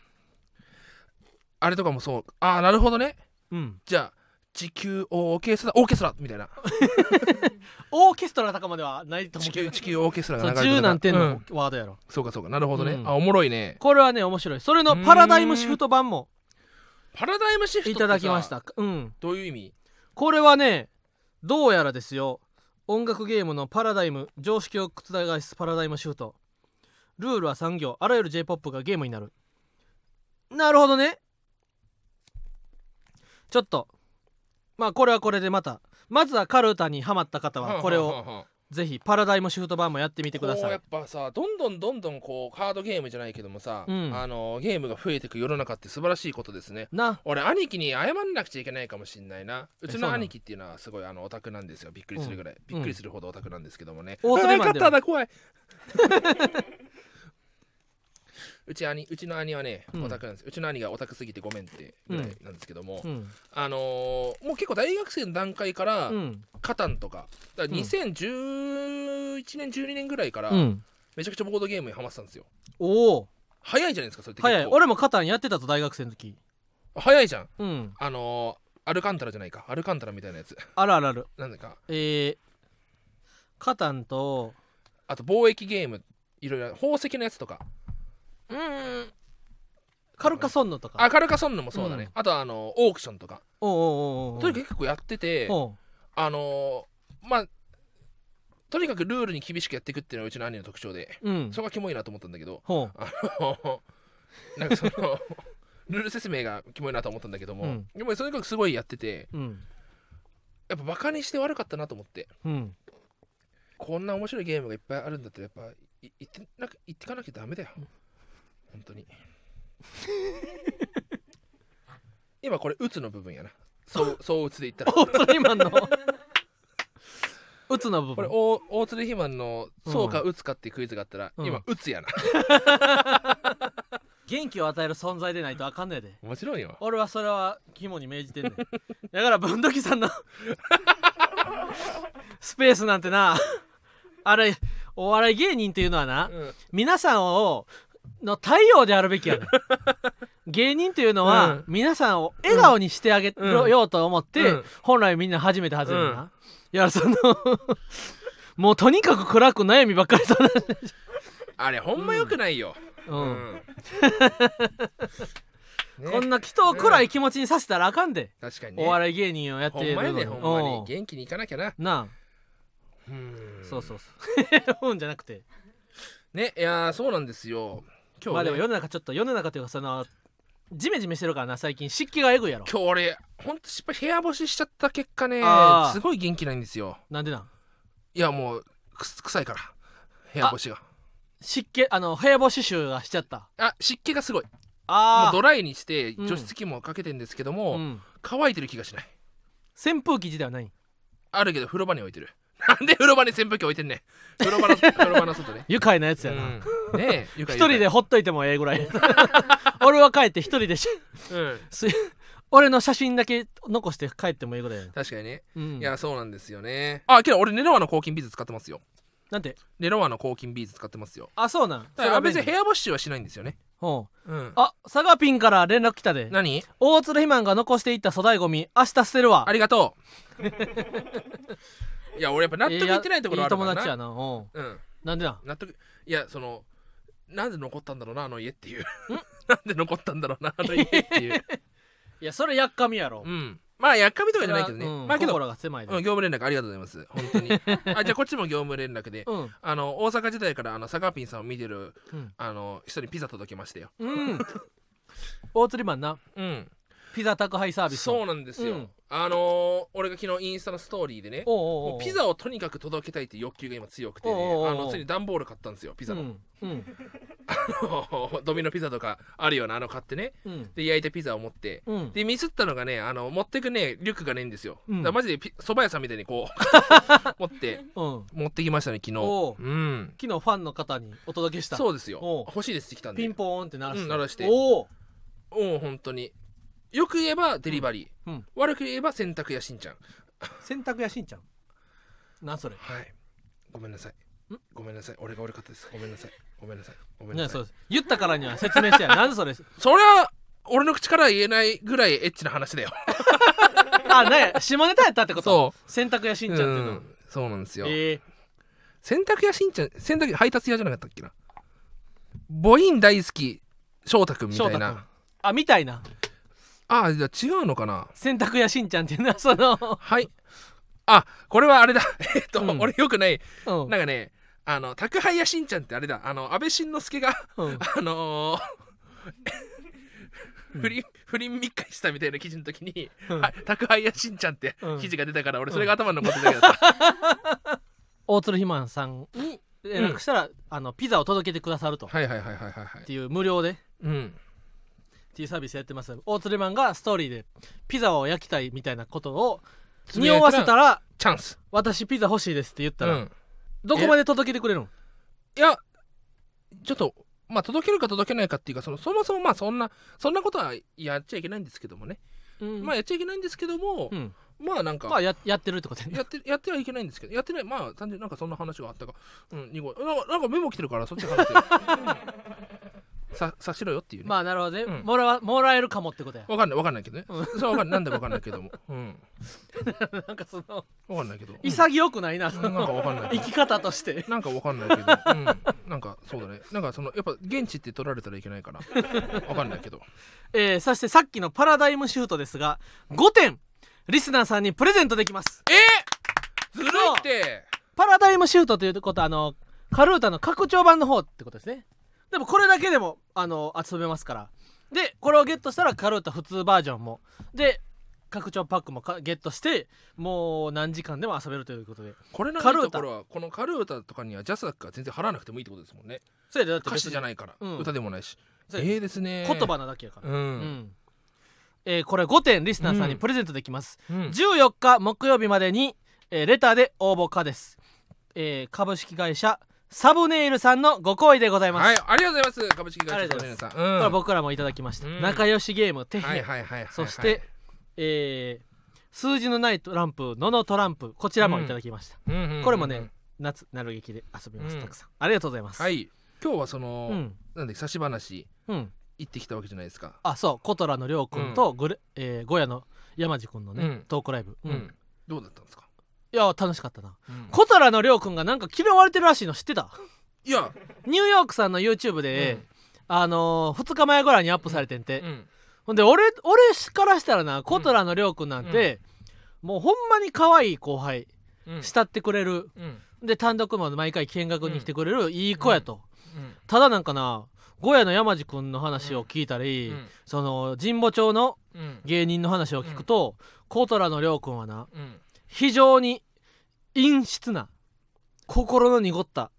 あれとかもそうああなるほどね
うん
じゃあ地球オーケストラオーケストラみたいな
オーケストラとかまではないと思
地
うけ
球
ど
地球オーケストラ
そ
が
う
流れてる
10何点
う
の
ん
ワードやろ
そうかそうかなるほどね、
うん
あおもろいね
これはね面白いそれのパラダイムシフト版も
パラダイムシフト
い
ってさ
ただきましたうん
どういう意味
これはねどうやらですよ音楽ゲームのパラダイム常識を覆すパラダイムシフトルールは産業あらゆる J-POP がゲームになるなるほどねちょっとまあこれはこれでまたまずはカルータにハマった方はこれ
はあは
を
あはあ
ぜひパラダイムシフト版もやってみてくだ
こう
さ
や
い
っぱさどんどんどんどんこうカードゲームじゃないけどもさ、
うん
あのゲームが増えてく世の中って素晴らしいことですね
な
俺兄貴に謝んなくちゃいけないかもしんないなうち
そうな
の
の
兄貴っていうのはすごいあのオタクなんですよびっくりするぐらい、
うん
びっくりするほどオタクなんですけどもね、
大
あ
袖マンでも
肩だ怖い うち兄うちの兄はね、
うん
オタクなんですうちの兄がオタクすぎてごめんってぐらいなんですけども、
うん
あのーもう結構大学生の段階から、
うん
カタンとかだから
うん
2011年12年ぐらいから、
うん
めちゃくちゃボードゲームにハマってたんですよ
おお
早いじゃないですかそれって
早い
結構
俺もカタンやってたぞ大学生の時
早いじゃん
うん
あのーアルカンタラじゃないかアルカンタラみたいなやつ
あるあるある
なんだか
えー、カタンと
あと貿易ゲームいろいろ宝石のやつとか
うんカルカソンヌとか
あカルカソンヌもそうだね、
うん
あとあのーオークションとか
おうおうおうおう
とにかく結構やってて、
おう
あのーまあとにかくルールに厳しくやっていくっていうのがうちの兄の特徴で、
うん
そこがキモいなと思ったんだけど
ほ
なんかそのルール説明がキモいなと思ったんだけども、
うん
でもとにかくすごいやってて
ううん
やっぱバカにして悪かったなと思って
うん
こんな面白いゲームがいっぱいあるんだったらやっぱい言ってなんか言ってかなきゃダメだよ本当に今これ「打つ」の部分やなそう そう打つで言ったら
オートリマン のうつの部
これ
分
大大鶴ひまんの「そうか
う
打つか」っていうクイズがあったら、
うん
今「打つ」やな
元気を与える存在でないとあかんねえで
もちろんよ
俺はそれは肝に銘じてんねん だから文土器さんの スペースなんてなあれお笑い芸人っていうのはな、
うん
皆さんをの太陽であるべきやねん 芸人というのは、
うん
皆さんを笑顔にしてあげろ
うん
ようと思って、
うん
本来みんな初めて始めるな、いやその もうとにかく暗く悩みばっかりと話して
あれほんまよくないよ、
う
うん んね
こんな人を暗い気持ちにさせたらあかんで、
確かに
お
ね
笑い芸人をやって
ほ
る
んまや
の
ねほんま
う
に
ん
元気にいかなきゃな
な
うん
あそうそうそう うんじゃなくて
ねいやーそうなんですよ今日、ね
まあでも世の中ちょっと世の中というかそのジメジメしてるからな最近湿気がえぐいやろ
今日俺ほんと失敗部屋干ししちゃった結果ね
あー
すごい元気ないんですよ
なんでなん
いやもうくす臭いから部屋干しが
湿気あの部屋干し臭がしちゃった
あ湿気がすごいもう
あ
ドライにして
うん
除湿機もかけてんですけど
あ、
も、
うん、
乾いてる気がしない
扇風機自体はない
あるけど風呂場に置いてるなんで風呂場に扇風機置いてんねん 風呂場の風呂場の外ね
愉快なやつ
う
やな、
んねえ愉
一
快愉快
人でほっといてもええぐらい 俺は帰って一人でし
うん
す俺の写真だけ残して帰ってもええぐらいや、
確かにね、
うん、
いやそうなんですよねあけど俺ネロワの抗菌ビーズ使ってますよ
なんて
ネロワの抗菌ビーズ使ってますよ
あそうなん
だから別に
そ
部
れは便利
屋干しはしないんですよね
ほう
うん
あ佐賀ピンから連絡来たで
何
大鶴ひまんが残していった粗大ゴミ明日捨てるわ
ありがと う。いや、俺やっぱ納得いってないところあるから
いやいい友達
な。
やなうん
うん、
なんでなん
納得。いや、その、なんで残ったんだろうな、あの家っていう。 なんで残ったんだろうな、あの家って いう。
いやそれやっかみやろ
うん。まあ、やっかみとかじゃないけどね。
うん
まあ、けど、うん
心が狭いで
業務連絡ありがとうございます。本当に。あじゃあ、こっちも業務連絡で。
うん
あの大阪時代からあのサガピンさんを見てる
うん、
あの人にピザ届けましたよ。
うん、大鶴ひまんな
うん、
ピザ宅配サービスの
そうなんですよ。
うん
あのー俺が昨日インスタのストーリーでね、
おうおうお
も
う
うピザをとにかく届けたいって欲求が今強くてね、
おうおうおう
あのついに段ボール買ったんですよピザの、
うんうん
ドミノピザとかあるようなあの買ってね
うん
で焼いたピザを持って
うん
でミスったのがねあの持ってくねリュックがねえんですよ、
うん
だからマジでピ蕎麦屋さんみたいに こう持って
うん
持ってきましたね昨
お
日
う
うん
昨日ファンの方にお届けした
そうですよ
おう
欲しいですってきたん
ピ
で
ンポーンって鳴らして,、
うん鳴らして
おお
うん本当によく言えばデリバ
う
リー、
んうん
悪く言えば洗濯やしんちゃん
洗濯やしんちゃんなんそれ
はいごめんなさいごめんなさい俺が悪かったですごめんなさいごめんなさいごめんな
ね
さ
そ
いう
です言ったからには説明してやなんでそれ
それは俺の口からは言えないぐらいエッチな話だよ
あね下ネタやったってこと
そう
洗濯 やしんちゃんっていうの、
うんそうなんですよ、
ええ
洗濯屋しんちゃん洗濯配達屋じゃなかったっけな母音大好き翔太くんみ
翔太
たい
君
な
あみたいな
ああじゃあ違うのかな
洗濯やしんちゃんっていうのはそ の、
はいあこれはあれだ えっと、
うん
俺よくない
うん
なんかねあの宅配屋しんちゃんってあれだあの安倍晋之助が
うん
あのー不倫不倫密会したみたいな記事の時に、
うん
は宅配屋しんちゃんって
うん
記事が出たから俺それが頭に残ってたけどさ、
大鶴ひまんさんに連絡したら、あのピザを届けてくださると、
はいはいはいはいはいは
っ
い
ていう無料でっ
うん
ていうサービスやってます大鶴ひまんがストーリーでピザを焼きたいみたいなことを
つぶやい
匂
たら
わせたら
チャンス
「私ピザ欲しいです」って言ったら、
うん
どこまで届けてくれるの
いやちょっとまあ届けるか届けないかっていうかそのそもそもまあそんなそんなことはやっちゃいけないんですけどもね、
うん
まあやっちゃいけないんですけども、
うん
まあなんか、
まあややってるってことやね
やってやってはいけないんですけどやってないまあ単純になんかそんな話があったかうん二号なんかなんかメモ来てるからそっち話 してさ察しろよっていうね、
まあなるほどね、
うん
もらわもらえるかもってこと や
わかんないわかんないけどね、それはわかんないなんでわかんないけどもうん
なんかその
わかんないけど、うん
潔 くないな、そ
なんか
の
わかんないけ
生
ど
き方として
なんかわかんないけど、うん、なんかそうだねなんかそのやっぱ現地って取られたらいけないからわかんないけど
えーそしてさっきのパラダイムシュートですが5点リスナーさんにプレゼントできます
えずるいって
パラダイムシュートということはあのカルータの拡張版の方ってことですねでもこれだけでもあの集めますからでこれをゲットしたらカルータ普通バージョンもで拡張パックもかゲットしてもう何時間でも遊べるということで
これのい
カルー
い
タ
ところはこのカルータとかにはジャスダックは全然払わなくてもいいってことですもんね
それでだって
歌
別
詞
に
じゃないから、
うん
歌でもないし
そ
え
う
えですね
言葉なだけやから、
う、
うんんえーこれ5点リスナーさんにプレゼントできます、
うん
14日木曜日までに、えーレターで応募可です、えー株式会社サブネイルさんのご好意でございます、
はいありがとうございます株式
あり
会社
がとう
の
ご
皆
ざい
さん、
これ
う
は
ん、
僕らもいただきました、
うん
仲良しゲームてへ、
はいはいはいはいはい
そして、えー数字のないトランプののトランプこちらもいただきました、
うんうんうんうん
これもね夏なる劇で遊びます、
うん
たくさんありがとうございます
はい今日はその、
うん
なんで差し話
うん
行ってきたわけじゃないですか
あそう小虎のりょうくんとグレ、えーゴヤの山地くんのね、
うん
トークライブ、
う、
うんん
どうだったんですか、
いや楽しかったな
うん
小虎のりょうくんがなんか嫌われてるらしいの知ってた
いや、
ニューヨークさんの YouTube で、
うん
あのー、2日前ぐらいにアップされてんて、
うん
ほんで俺俺からしたらなコトラのりょうくんなんて、もうほんまに可愛い後輩
うん
慕ってくれる
うん
で単独も毎回見学に来てくれる、いい子やと、
うん
ただなんかなゴヤの山地くんの話を聞いたり、
うん
その神保町の
うん
芸人の話を聞くと、コトラのりょうくんはな
うん
非常に陰湿な心の濁った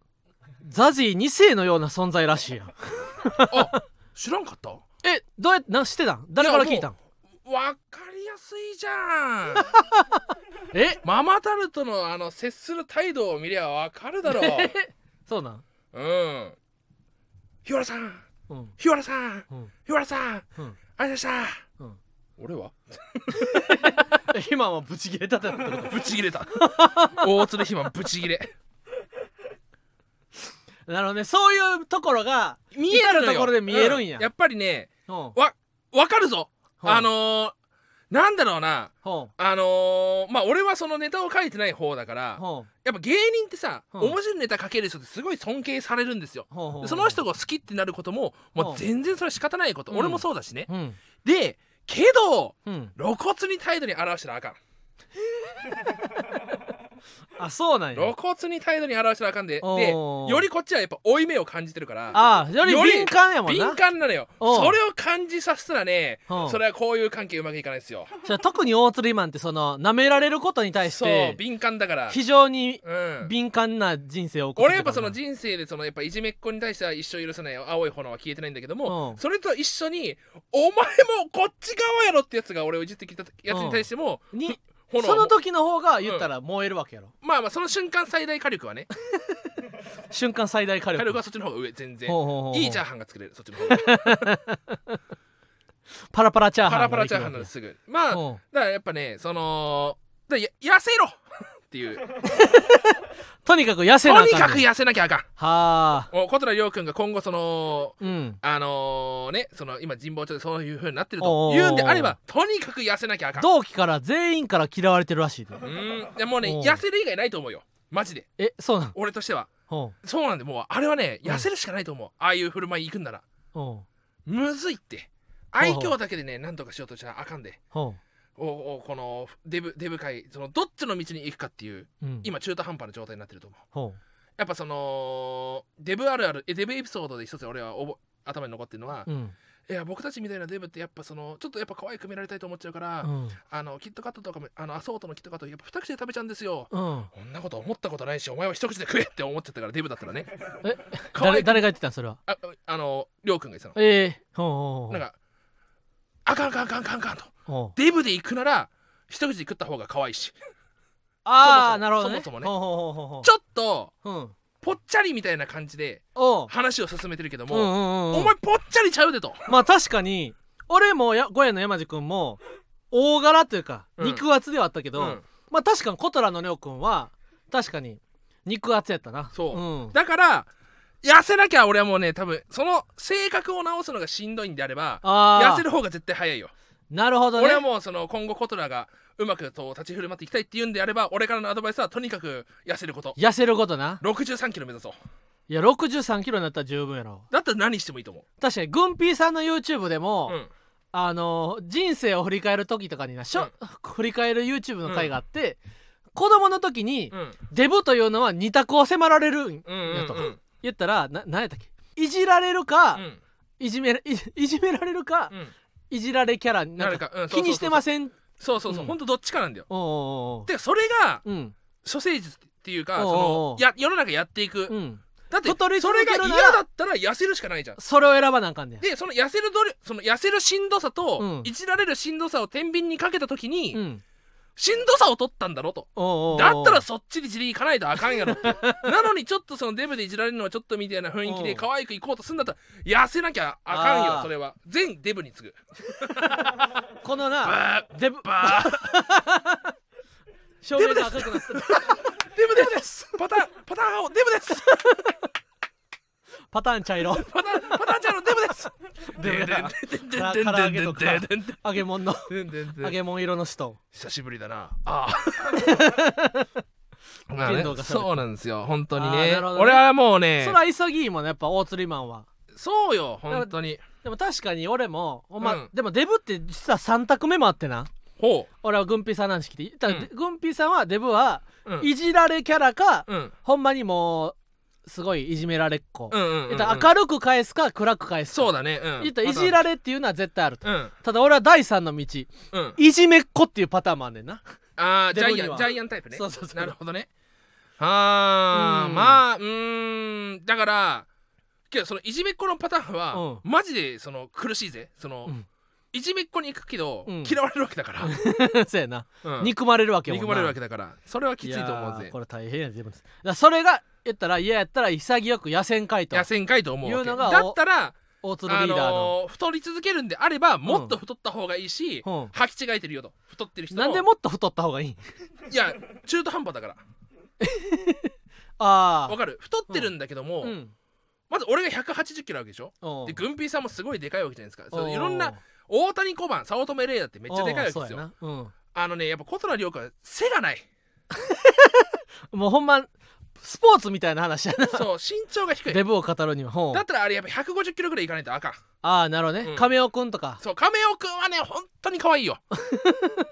ザジー2世のような存在らしい やん
あ知らんかったわ
えどうやってなしてたん誰から聞いたん
かりやすいじ ゃん
え
ママタルトのあの接する態度を見りゃわかるだろう。
そうなん
うん。日原さん、
うん
日原さん、
うん
日原さん、
うん
ありがとうございました。
うん
俺は
え今はブチ切れたってこと
ブチ ギレた。大鶴ひまブチギレ。
なるほどねそういうところが
見
至るところで見えるんや、
うやっぱりね、
ほう
わ、わかるぞ。
ほう
あのー、なんだろうな。
ほう
あのー、まあ俺はそのネタを書いてない方だから
ほう
やっぱ芸人ってさ
ほう
面白いネタ書ける人ってすごい尊敬されるんですよ
ほうほう
でその人が好きってなることももう全然それは仕方ないこと、
うん
俺もそうだしね、
うん
でけど
うん
露骨に態度に表したらあかん
あそうなんや
露骨に態度に表したらあかんで
お
で
ー
よりこっちはやっぱ負い目を感じてるから
あより
より
敏感やもんな
敏感なのよ
おう
それを感じさせたらね
おう
それはこういう関係うまくいかないですよ
じゃあ特に大釣りマンってその舐められることに対し
そう
て
敏感だから
非常に
うん
敏感な人生を送って
俺
た
やっぱそ
も
の
んな
人生でそのやっぱいじめっ子に対しては一生許さない青い炎は消えてないんだけど
う
も
ん
それと一緒にお前もこっち側やろってやつが俺をいじってきたやつに対しても
に
炎
その時の方が言ったら燃えるわけやろ、
まあまあその瞬間最大火力はね
瞬間最大火力
火力はそっちの方が上全然
ほうほうほうほう
いいチャーハンが作れるそっちの方が
パラパラチャーハ
パ
ン
ラパラチャーハン
が
の
でき
すぐ
る
まあだ
わ
か
け
らやっぱねそのだや痩せろ っていう
うんとにかく痩せな
と
あ
に
かんねん
かく痩せなきゃあかん
はあ
お小寺涼君が今後その
うん
あのねその今神保町でそういう風になってる
お
と
ー
いうんであればとにかく痩せなきゃあかん
同期から全員から嫌われてるらしいで
うんでもうね
おう
痩せる以外ないと思うよマジで
えそうなん
俺としては
おう
そうなんでもうあれはね
うん
痩せるしかないと思う、ああいう振る舞い行くんなら
おう
むずいって愛嬌だけでねなんとかしようとしたらあかんで
おう
おおこのデブデブ界そのどっちの道に行くかっていう
うん
今中途半端な状態になってると思
お
う
う
やっぱそのデブあるあるえデブエピソードで一つ俺はおぼ頭に残ってるのは、
うん
いや僕たちみたいなデブってやっぱそのちょっとやっぱ可愛く見られたいと思っちゃうから、
うん
あのキットカットとかもあのアソートのキットカットやっぱ二口で食べちゃうんですよ
うん
こんなこと思ったことないしお前は一口で食えって思っちゃったからデブだったらね
え
可愛
誰
い
誰が言ってたんそれは
ああのりょうくんが言ってたの
ええほうほう
なんか、あかんあかんあかんあかんあかんと。
ほう
デブで行くなら、一口で食った方が可愛いし。
ああ
そもそも
なるほどね
そもそもね
ほうほうほうほう
ちょっと、
ほううん
ぽっちゃりみたいな感じで
おう
話を進めてるけど
うん
も、
うんうんうん
お前ぽっちゃりちゃうでと。
まあ確かに俺もや五重の山地君も大柄というか
うん
肉厚ではあったけど、
うん
まあ確かに小虎の亮君は確かに肉厚やったな
そう
うん、
だから、痩せなきゃ俺はもうね、多分、その性格を直すのがしんどいんであれば、
あ
痩せ
あ
る方が絶対早いよ。
なるほどね
俺はもうその今後コトラがうまくと立ち振る舞っていきたいっていうんであれば俺からのアドバイスはとにかく痩せること
痩せることな
6 3キロ目指そう
いや6 3キロになったら十分やろ
だったら何してもいいと思
確かにグンピーさんの YouTube でも、
う、うん、
あのー人生を振り返る時とかになしょ、振り返る YouTube の回があって、子供の時に、
うん
デブというのは二択を迫られるん
うんうん
やと、
うん
言ったらな何やったっけいじられるか、
うん
いじめらいいじめられるか、
うん
いじられキャラにな
なんる
か
か、うん、
気にしてますせん
そうそうそう、
うん
ほんとどっちかなんだよ
おうおうおう
でそれが
うん
処世術っていうか
おうおうお
そうのや世の中やっていく、
うん
だって
太り
そ
続
れ
け
が
る
嫌
なら
だったら痩せるしかないじゃん
それを選ばなあかんねん
でその痩せる努力その痩せるしんどさと、
うん
いじられるしんどさを天秤にかけた時に、
うん
しんどさを取ったんだろと
おうおうおう
だったらそっちにじり行かないとあかんやろって なのにちょっとそのデブでいじられるのはちょっとみたいな雰囲気
う
で
ん
可愛く行こうとすんだったら痩せなきゃあかん
あ
よ
ー
それは全デブに次ぐ
このな
バー
デブ
バー
照明が赤くなった
デブですパターンパターン青デブです
パターン茶 色
パターン、パターンちゃんのデブです。
デブだ
でんでんでんでんでんでんでん
揚げ物の
でんでんでんでんでん
揚げ物色の人
久しぶりだな。あ あ。まあね
剣道がされて
そうなんですよ、本当に
あー
ね。
なるほどね
俺はもうね
そ、ら急ぎいもんねやっぱ大釣りマンは
そうよ、本当に。
でも確かに俺もお前、
うん
でもデブって実は3択目もあってな
ほ
俺は軍ピーさんなんしきてただ、
うん
軍ピーさんはデブは
う。うん
いじられキャラか、
うん。
ほんまにもうすごいいじめられっ子、
うんうんうんう
言
ん。
ったら明るく返すか暗く返すか
そうだね。うん。
言ったらいじられっていうのは絶対あると
うん。
ただ俺は第三の道
うん。
いじめっ子っていうパターンもあんねんな
ああ、ジ
デブ
ャ
に
イアン、
は
ジャイアンタイプね。
そうそうそう
なるほどね。あ
う
あ、
ん
まあ、うーん、だから、けどそのいじめっ子のパターン
うん
は、マジでその苦しいぜ。その、
うん
いじめっ子に行くけど、
うん
嫌われるわけ だから。
そうやな、
うん
憎まれるわけやもん
憎
な
まれるわけだから、それはきついと思う
やー
ぜ
こ。れ大変や全部ですだからそれが言ったら嫌やったら潔く野戦会と
痩せんかいと思うわけ
いうのが
だったら、
大鶴
あ
リーダーの、
のー太り続けるんであれば、もっと太った方がいいし、
うん
履き違えてるよと。太ってる人
なんでもっと太った方がいい
いや、中途半端だから。わ
あ
かる太ってるんだけども、
あうん
まず俺が180キロあるわけでしょ
おう
で、軍ピーさんもすごいでかいわけじゃないですか。そ
おう
ういろんな、大谷小判、早乙女レイだってめっちゃでかいわけ
おう
です
そう
よ。
やなうん
あのね、やっぱ小鳥涼子は背が ない。
もうほんまスポーツみたいな話や な
そう、身長が低い。
デブを語るにはほう
だったらあれやっぱ150キロぐらいいかないとあかん。
ああなるほどね、
うん
亀尾くんとか
そう、亀尾くんはね、本当に可愛 いよ。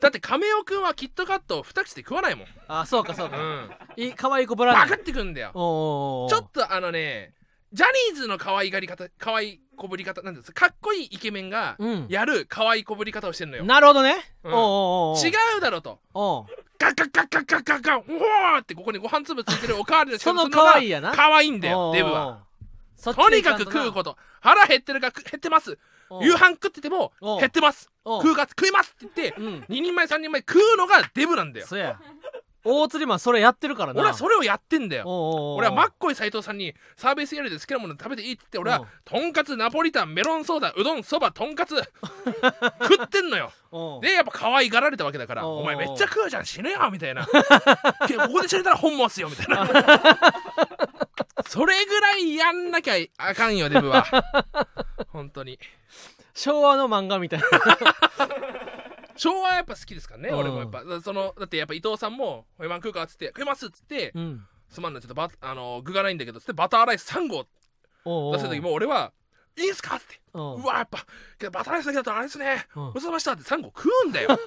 だって亀尾くんはキットカットを二口で食わないもん。
ああそうかそう
う
か、
ん。
いい可愛い子ブラン
バク
ド
ってくんだよ。
おうおうおう
ちょっとあのね、ジャニーズの可愛がり方、可愛いこぶり方、なんですかっこいいイケメンが
うん
やる可愛いこぶり方をしてるのよ。
なるほどね、
うん
おうおうおう
違うだろと。
おう
ガッガッガッガッガッガッガッうわーってここにご飯粒ついてるおかわりの
その
しかもが
可愛いやな
可愛いんだ
おうお
よ
う
デブは
そっち
と
で
に
いかん
かく
とな
食うこと腹減ってるかく減ってます
おう
夕飯食ってても
おう
減ってます
おう
食うか食いますって言って
うん
2人前3人前食うのがデブなんだよ
そうや大釣りマンそれやってるからな
俺はそ
れ
れをやってんだよ
俺
俺はマッコイ斎藤さんにサービスエリアで好きなもの食べていいって言って俺
うん
はとんかつナポリタンメロンソーダうどんそばとんかつ食ってんのよでやっぱ可愛がられたわけだから「
おう
お前めっちゃ食うじゃん死ぬよ」みた いな「けどここで死ねたら本望っすよ」みたいなそれぐらいやんなきゃあかんよデブは本当に
昭和の漫画みたいな
昭和やっぱ好きですからね
うん
俺もやっぱそのだってやっぱ伊藤さんも「ホイマン食うか?」っつって「食います」っつって
うん
「すまんなちょっとバあの具がないんだけど」っつってバターライス3合
おうおう
出した時も俺は「いいんすか?」っつって
うん
うわやっぱけどバターライスだけだとあれですね
うん
ごちそうさまでしたって3個食うん だよ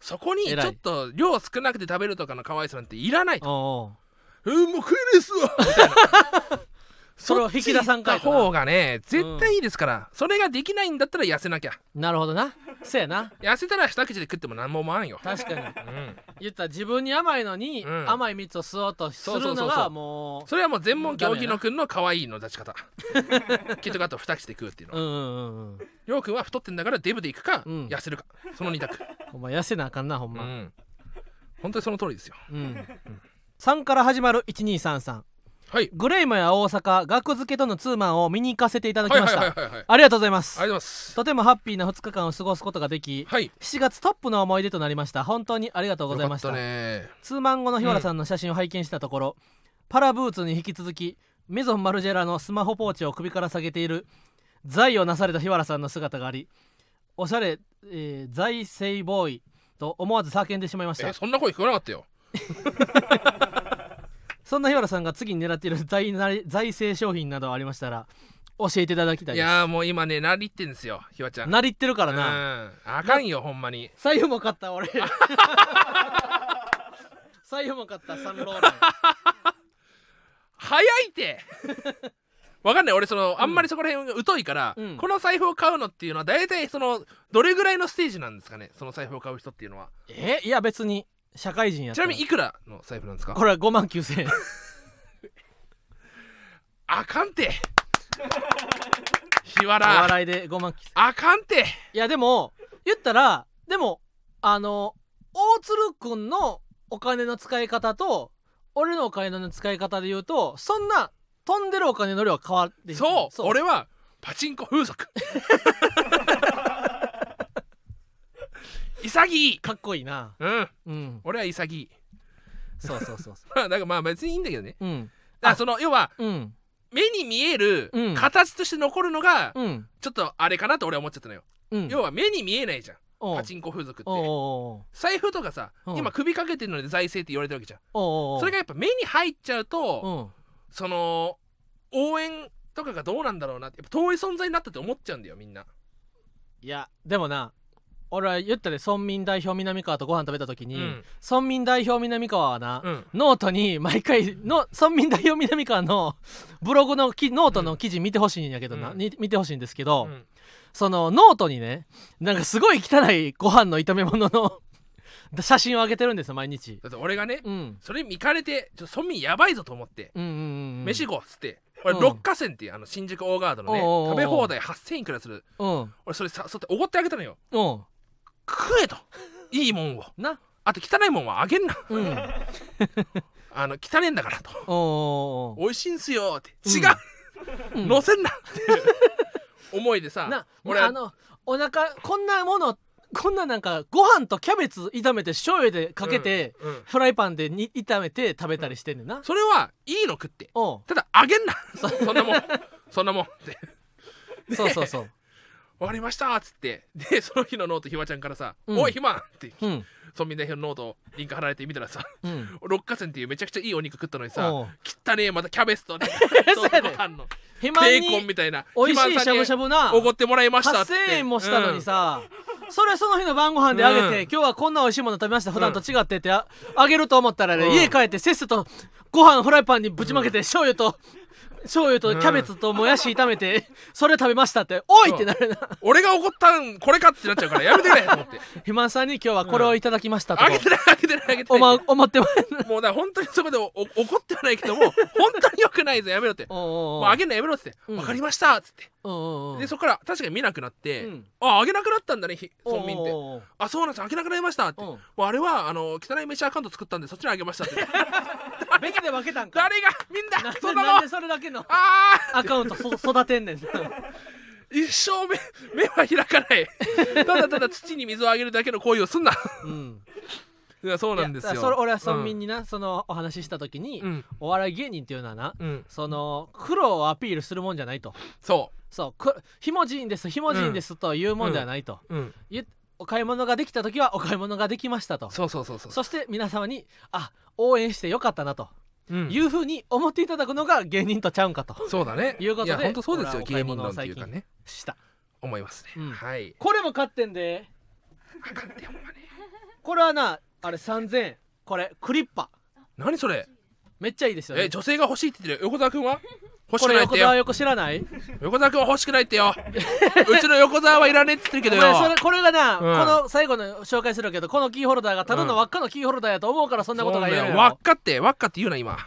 そこにち
偉い
ょっと量少なくて食べるとかの可愛さなんていらないと
おうおう
えーもう食えるっすわみたいな
それを引き出さんかい
そっち行った方がね絶対いいですから、それができないんだったら痩せなきゃ
なるほどなせやな
痩せたら下口で食っても何も思わんよ、
確かに
うん、
言ったら自分に甘いのに、
うん
甘い蜜を吸おうとす
そ
る
うそ
の
うそうそう
がもう
それはもう全問行儀のくんの可愛いの出 し方きっとあと二口で食うっていうの
うんうんうんうん
りょうくんは太ってんだからデブでいくか、
うん
痩せるかその 二択
お前痩せなあかんなほん
う
ま
ん本当にその通りですよ
うん、3から始まる1233
はい
グレイマや大阪学付けとのツーマンを見に行かせていただ
は
き
い
ま
は
し
い
た、
はいはいはい
ありがとうございます
ありがとうございます。
とてもハッピーな2日間を過ごすことができ
はい。
7月トップの思い出となりました本当にありがとうございました
よかったね。
ツーマン後の日原さんの写真を拝見したところ、パラブーツに引き続きメゾンマルジェラのスマホポーチを首から下げている財をなされた日原さんの姿がありおしゃれ、えー、財政ボーイと思わず叫んでしまいました
え、そんな声聞こえなかったよ。
そんな日原さんが次に狙っている財なり財政商品などありましたら教えていただきたい
い
です
やーもう今ね、なりってんですよ、ひわちゃん。
なりってるから
う
な、
ん。あかんよ、ほんまに。
財布も買った 俺財布も買ったサンローラン
早い って。わかんない俺そのあんまりそこら辺疎いから、
うん
この財布を買うのっていうのは大体そのどれぐらいのステージなんですかねその財布を買う人っていうのは
えいや別に社会人やっ
ち
た
な
ら
みにいくらの財布なんですか
これは5万9000円
あか んてひわ
お
ら
笑いで5万9000円
あかんて
いやでも言ったらでもあの大鶴くんのお金の使い方と俺のお金の使い方で言うとそんな飛んでるお金の量は変わって
そう俺はパチンコ 風俗 潔い
かっこいいな
うん
うん
俺は潔い
そうそうそうそ
まあだからまあ別にいいんだけどね
ううん
だから
あ
その要は
うん
目に見える
うん
形として残るのが
うん
ちょっとあれかなと俺は思っちゃったのよ、
うん
要は目に見えないじゃん
おう
パチンコ風俗っ
おう
て
おう
財布とかさ
うん
今首かけてるので財政って言われてるわけじゃん
おうおうおう
それがやっぱ目に入っちゃう
う
と
ん
その応援とかがどうなんだろうなってやっぱ遠い存在になったって思っちゃうんだよみんない
やでもな俺は言ったで村民代表南川とご飯食べた時
う
に、
ん
村民代表南川はな、
うん
ノートに毎回の村民代表南川のブログのきノートの記事見てほしいんやけどな、
うん
に見てほしいんですけど、
うん
そのノートにねなんかすごい汚いご飯の炒め物の 写真を上げてるんですよ毎日、
だって俺がね
うん、
それ見かれてちょっと村民やばいぞと思って
うんうんうんうん
飯行こうっつって俺
うん
六花仙っていうあの新宿大ガードのね
おうおうおう
食べ放題8000円くらいする
うん
俺それさそうやっておごってあげたのよ
うん
食えといいもんを
な
あと汚いもんはあげんな
うん
あの汚ねえんだからと
おー
美味しいんすよって
うん
違
う
う、
ん
乗せ んなっていう思いでさ
な
俺
俺あのお腹こんなものこんななんかご飯とキャベツ炒めて醤油でかけて、、
うんうん
フライパンでに炒めて食べたりしてんねんな、
それはいいの食って
おう
ただあげんなそんなもんそんなもんって
そうそうそう。
終わりましたっつってでその日のノートひまちゃんからさ「
うん
おいひま!」って
うん。
村民代表のノートリンク貼られて見たらさ
うん。
六花仙っていうめちゃくちゃいいお肉食ったのにさ
おう
汚ねえまたキャベツ とね
そうやで
ご飯の
肥
ベ
満
ーコン
に
みたいな
美味しい
肥満
し
さ
ゃ
んに
ぶしゃぶな
おごってもらいましたっつっ
8000
て
円もしたのに、さ、それその日の晩ご飯であげて、今日はこんな美味しいもの食べました普段と違ってってああげると思ったらね、
うん
家帰ってせっせとご飯フライパンにぶちまけて、醤油と醤油とキャベツともやし炒めて、それ食べましたっておいってなるな
俺が怒ったんこれかってなっちゃうからやめてくれと 思って
肥満さんに今日はこれをいただきましたと
あ
か、
げてないあげてないあげてない
おま思ってま
もうだから本当にそこでおお怒ってはないけども本当に良くないぞやめろって
お
も
う
うあげるのやめろっつって、
うん
分かりましたっつって
おうおうおう
でそこから確かに見なくなって、
うん
ああげなくなったんだねひ村民って
おうおうおう
あそうなんですあげなくなりましたって
うん
もうあれはあの汚い飯アカウント作ったんでそっちにあげましたって
ベキで分けたんか
誰がみん
な
なそん
な
なんの
でそれだけの
ああ
アカウントそ育てんねんな
一生目目は開かない ただただ土に水をあげるだけの行為をすんな
うん
いやそうなんです
い
よ
やそれ俺は村民にな、そのお話しした時に、
うん
お笑い芸人っていうのはな、
うん、うん
その苦労をアピールするもんじゃないと
そ
そうくひもじいんですひもじいんですというもんではないと、
う、うん、
言っお買い物ができた時はお買い物ができましたと
そうそうそうそう
そして皆様にあ応援してよかったなと
うん
いうふうに思っていただくのが芸人とちゃうんかと
そうだね
いうことで
や本当そうですよ
俺はお買い
芸人
物
論
を
っていうかね
した
思いますね、
うん
はい
これも買ってんで
あかんてほんまに
これはなあれ3000円これクリッパ
何それ
めっちゃいいですよね
え女性が欲しいって言ってる横澤 君は欲し
こ
く
れ
ないっ
横
て
澤
よ
横知らない
横澤君は欲しくないってよ うちの横澤はいらねえって言ってるけど
お前そ
よ
れこれがな、
うん
この最後の紹介するけどこのキーホルダーがただの輪っかのキーホルダーやと思うからそんなことが言える
そ
よ
んな輪っかって輪っかって言うな今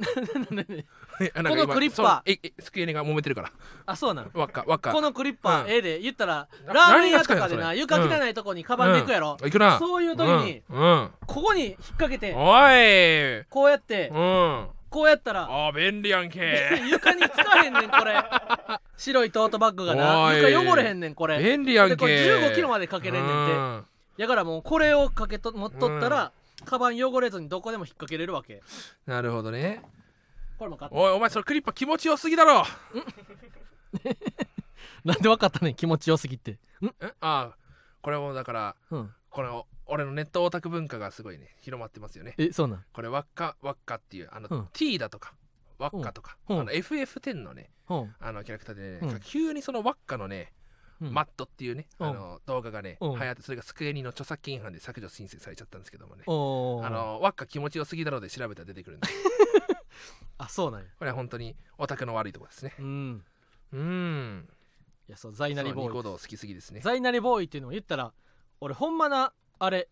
こ
このクリッパ
ええ机が揉めてるから
あそうなの
輪っか輪っか
このクリッパー、
うん
ええで言ったら
な
ラーメン屋とか
何が使
で
えんの
な
それ
床汚いとこにカバンで行くやろ、
うん行くな
そういう時に
うん、うん
ここに引っ掛けて
おい
こうやって
うん
こうやったら
あー便利やんけ
床につかへんねんこ れ白いトートバッグが
お
ない床汚れへんねんこれ
便利やん
で
け
これ15キロまでかけれんねんて
うん
やからもうこれをかけと持っとったら、カバン汚れずにどこでも引っ掛けれるわけ
なるほどね
これも買った
おいお前それクリッパ気持ちよすぎだろ
なんでわかったねん気持ちよすぎてん
えああこれもだから
うん
この俺のネットオタク文化がすごいね広まってますよね
えそうなん
これ輪っか輪っかっていうあの、
うん
T だとか輪っかとか、
うん
あの FF10 のね
うん
あのキャラクターでね、
うん
急にその輪っかのね、
うん
マットっていうね、
うん
あの動画がね、
うん
流行ってそれがスクエニの著作権違反で削除申請されちゃったんですけどもね
おー
あの輪っか気持ちよすぎだろうで調べたら出て くるんで
あそうなんや
これは本当にオタクの悪いとこですね
うん
うーん
いやそうザイナリボ
そうニコ
ーイ
動好きすぎですね
ザイナリボーイっていうのを言ったら俺ほんまなあれ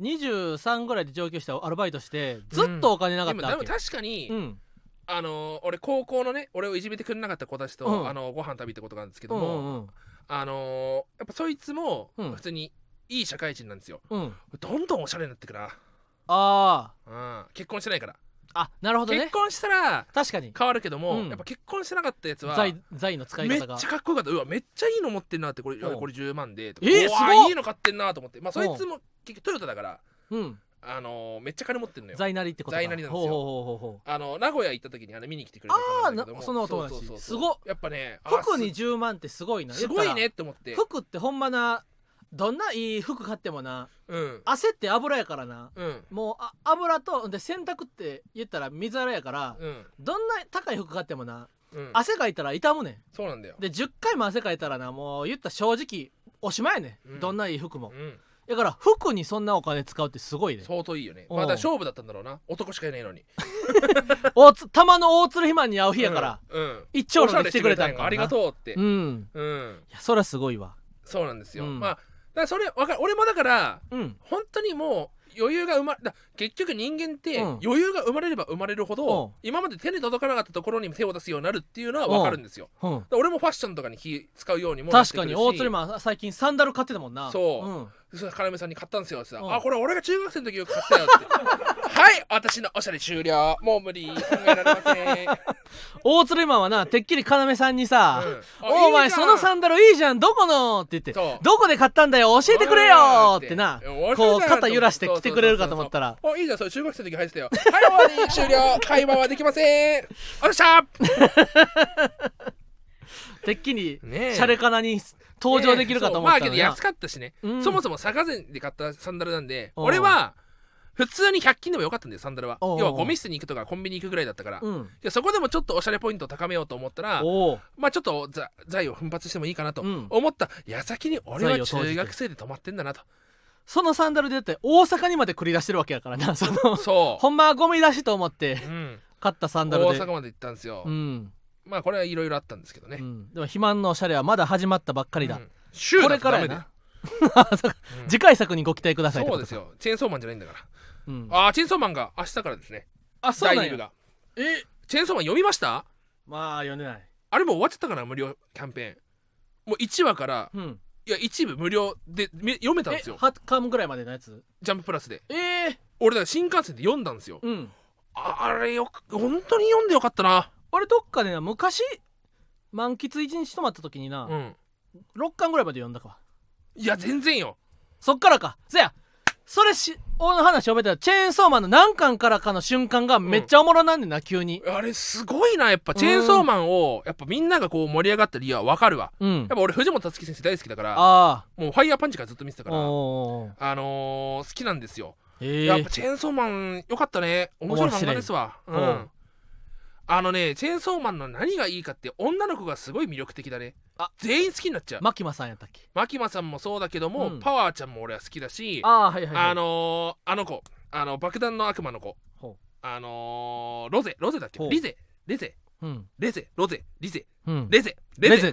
23ぐらいで上京してアルバイトしてずっとお金なか
で
っ
も
た
で
わ
も
け、
確かに、
うん
あのー俺高校のね俺をいじめてくれなかった子たちと、
うん
あのーご飯食べたことがあるんですけ
う
ど
んう
も、
ん
あのーやっぱそいつも
うん
普通にいい社会人なんですよ、
うんうん
どんどんおしゃれになってくな、
あ
うん、結婚してないから、
ーあなるほどね
結婚したら
確かに
変わるけども、
うん
やっぱ結婚してなかったやつは
ザイザイの使い
めっ
方
ち
が
ゃかっこよかったうわめっちゃいいの持ってんなってこれいや
うん
これ10万でとか
えー
うわ
すごっ
いいの買ってんなと思ってまあそいつも結局トヨタだから
うん
あのーめっちゃ金持ってんのよ
ザイナリってことか
ザイナリなんですよ
ほうほうほうほうほ
あの名古屋行った時にあれ見に来てくれた子んだけども
あーなそのお友達
うううう
すごっ
やっぱねあ
う服に10万ってすごいな
すすごい
言
ね
っ
って思ったて
ら服ってほんまなどんないい服買ってもな
うん
汗って油やからな
うん
もうあ油とで洗濯って言ったら水洗いやから、
うん
どんな高い服買ってもな
うん
汗かいたら痛むね
そうなんだよ
んで10回も汗かいたらなもう言ったら正直おしまいやねん、
うん
どんないい服も
うん
だから服にそんなお金使うってすごいね
相当いいよね
うん
まあだから勝負だったんだろうな男しかいないのに
大つ玉の大鶴肥満に会う日やから、
うんうん
一丁羅で来てくれたんか
おしゃれしてくれたんやありが
う
とうって
うん
うん
いやそりゃすごいわ
そうなんですよ
うん
まあだからそれわかる俺もだから
うん
本当にもう余裕が生まれだ結局人間って
うん
余裕が生まれれば生まれるほど、
うん
今まで手に届かなかったところに手を出すようになるっていうのは分かるんですよ、
うん
だから俺もファッションとかに気使うようにもなって
確
く
か
るし
に大鶴肥満最近サンダル買ってたもんな
そう
うん、
そう要さんに買ったんですよってさ、
うん
あこれ俺が中学生の時よく買ったよ ってはい私のおしゃれ終了もう無理考えられません、
大鶴肥満はなてっきり要さんにさ
う
「
んあ
おお前
いいじゃ
そ
ん
のサンダルいいじゃんどこの?」って言って
そう
「どこで買ったんだよ教えてくれよ!」ってな
うん俺
こう
じゃない
肩揺らして来てくれるかと思ったら
そうそうそうそうおいいじゃんそれ中学生の時入ってたよはい終わり終了会話はできませんおっしゃ
てっきり
ね え
シャレかなに登場できるかと思った
ね
の
そう
に
まあ
な
けど安かったしね、
うん
そもそも坂膳で買ったサンダルなんで
うん
俺は普通に100均でもよかったんだよサンダルは
おうおう
要はゴミ捨てに行くとかコンビニ行くぐらいだったから、
うん
でそこでもちょっとおしゃれポイントを高めようと思ったら
おお
まあちょっとざ財を奮発してもいいかなと
うん
思った矢先に俺
財
は
を投じて
中学生で泊まってんだなと
そのサンダルでだって大阪にまで繰り出してるわけやからなその
そ
ほんまはゴミ出しと思って
う、うん、
かったサンダル
大
で
阪まで行ったんですよ、
うん、
まあこれはいろいろあったんですけどね、
う
うん
ん、でも肥満のおしゃれはまだ始まったばっかりだ、
週
こ
だ
れ
と
から
ダ
や
メ
な
だよ
そうか
うん
次回作にご期待くださいって
そ
こ
う
と
ですよチェーンソーマンじゃないんだから、
うん、
ああーチェーンソーマンが明日からですね
あそう
大
な
リ
ん
ーグ
や
が
え
チェーンソーマン読みました
まあ読んでない
あれもう終わっちゃったかな無料キャンペーンもう1話から
うん
いや一部無料でめ読めたん
え
ですよ
8巻ぐらいまでのやつ
ジャンププラスで
ええ
俺だから新幹線で読んだんですよ
うん
ああれよく本当に読んでよかったな
俺どっかでな昔満喫一日泊まった時にな、
うん
6巻ぐらいまで読んだか
いや全然よ
そっからかせやそれし俺の話覚えてたチェーンソーマンの何巻からかの瞬間がめっちゃおもろなんねんな、急に
あれすごいなやっぱチェーンソーマンをやっぱみんながこう盛り上がった理由はわかるわ
うん
やっぱ俺藤本つ樹先生大好きだから
あ
もうファイヤーパンチからずっと見てた
あ
から
おー
あのー、好きなんですよ、
ええ
やっぱチェーンソーマンよかったね面白い漫画ですわう
白いうん
んあのねチェーンソーマンの何がいいかって女の子がすごい魅力的だね
あ
全員好きになっちゃう
マキマさんやったっけ
マキマさんもそうだけども、
うん
パワーちゃんも俺は好きだしあ,、
ああーはいはい、はい、
のー、あの子あの爆弾の悪魔の子
ほ
あのー、ロゼロゼだっけ
ほう
リゼレゼ
ううん
レゼロゼリゼ
うん
レゼレゼ
レゼ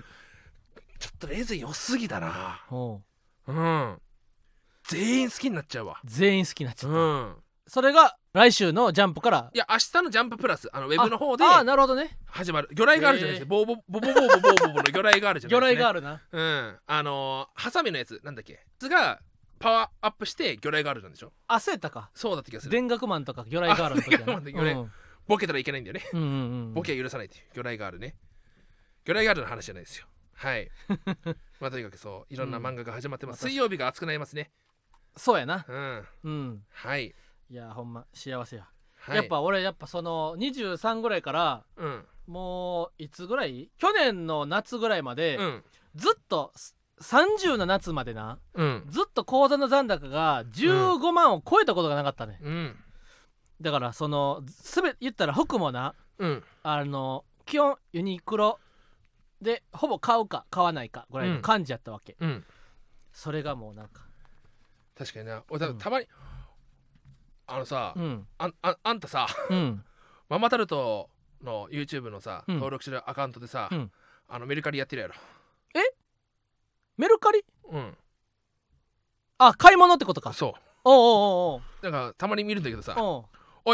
ちょっとレゼ良すぎだな
ほう
うん全員好きになっちゃうわ
全員好きになっちゃ
う
った、
ん
それが来週のジャンプから
いや明日のジャンププラスあのウェブの方で
ああーなるほどね
始まる魚雷があるじゃないですか、
へー
ボーボボボボボボボボボの魚雷があるじゃ
魚
な
雷
いです
があ
か、
る
ね、
な
うんあのー、ハサミのやつなんだっけやつがパワーアップして魚雷があるなんでしょ
焦ったか
そうだった気がする
電学マンとか魚雷があるの時だな
あ電学マンと魚雷ボケたらいけないんだよね
うんうんうんうん
ボケは許さないっていう魚雷があるね魚雷があるの話じゃないですよはい まあとにかくそういろんな漫画が始まってます、
うん
水曜日が熱くなりますね
そうやな
うん
うん
はい、
いやほんま幸せや、
はい、
やっぱ俺やっぱその23ぐらいから
うん
もういつぐらい去年の夏ぐらいまで、
うん
ずっとす30の夏までな
うん
ずっと口座の残高が15万を超えたことがなかったね、
うん
だからそのすべ言ったら服もな
うん
あの基本ユニクロでほぼ買うか買わないかぐらいの感じやったわけ、
うん
それがもうなんか
確かにな俺た
うん
たまに、あのさ、
うん
あんああんたさ
うん
ママタルトの YouTube のさ、
うん
登録してるアカウントでさ、
うん
あのメルカリやってるやろ
メルカリ
うん
あ買い物ってことか
そ
おうおうおう
うだからたまに見るんだけどさ
おうおう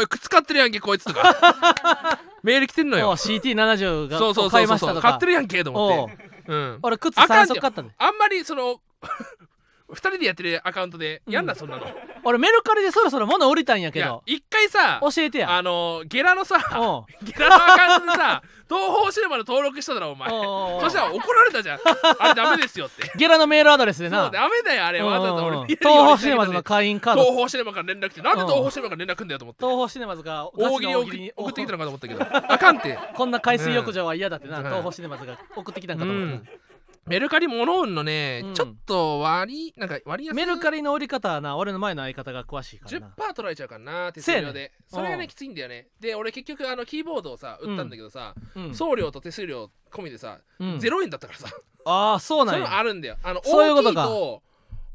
「おい靴買ってるやんけこいつ」とか メール来てんの
おう
よ
CT70 が
そうそう
買
そ
いう
そ
ました
うそ
と
う
か
買ってるやんけと思
お
っ
う
てうん
俺靴3
あかんじゃん
足買ったね
あんまりその 二人でやってるアカウントでやんなそんなの
俺メルカリでそろそろ物売りたんや
い
け
や
ど
一回さ
教えてや
あのゲラのさ
おう
ゲラのアカウントでさ東方シネマの登録しただろお前
おうおうおう
そしたら怒られたじゃんあれダメですよって
ゲラのメールアドレスで
そ
な
うダメだよあれわざわざ
うんうんうん
俺
東宝シネマズの会員カード
東方シネマから連絡来てなんで東方シネマから連絡来んだよと思って
東宝シネマズがガ
大
チ
喜
の
利を
大喜
送
利
り
に
送ってきたのかと思ったけどあかんって
こんな海水浴場は嫌だってな、
うん
東宝シネマズが送ってきたんかと思って、
メルカリ物売るのね
うん
ちょっと割りなんか割安
メルカリの売り方はな俺の前の相方が詳しいから
10%
な
取られちゃうからな手数料
せや
で
ね
それが
う
ね
ん
きついんだよねで俺結局あのキーボードをさ売ったんだけどさ
うん
送料と手数料込みでさ
うん
0円だったからさ
ああそう
そ
な
れ
ん
も
や
あるんだよあの
そういうこと
大きい
か
と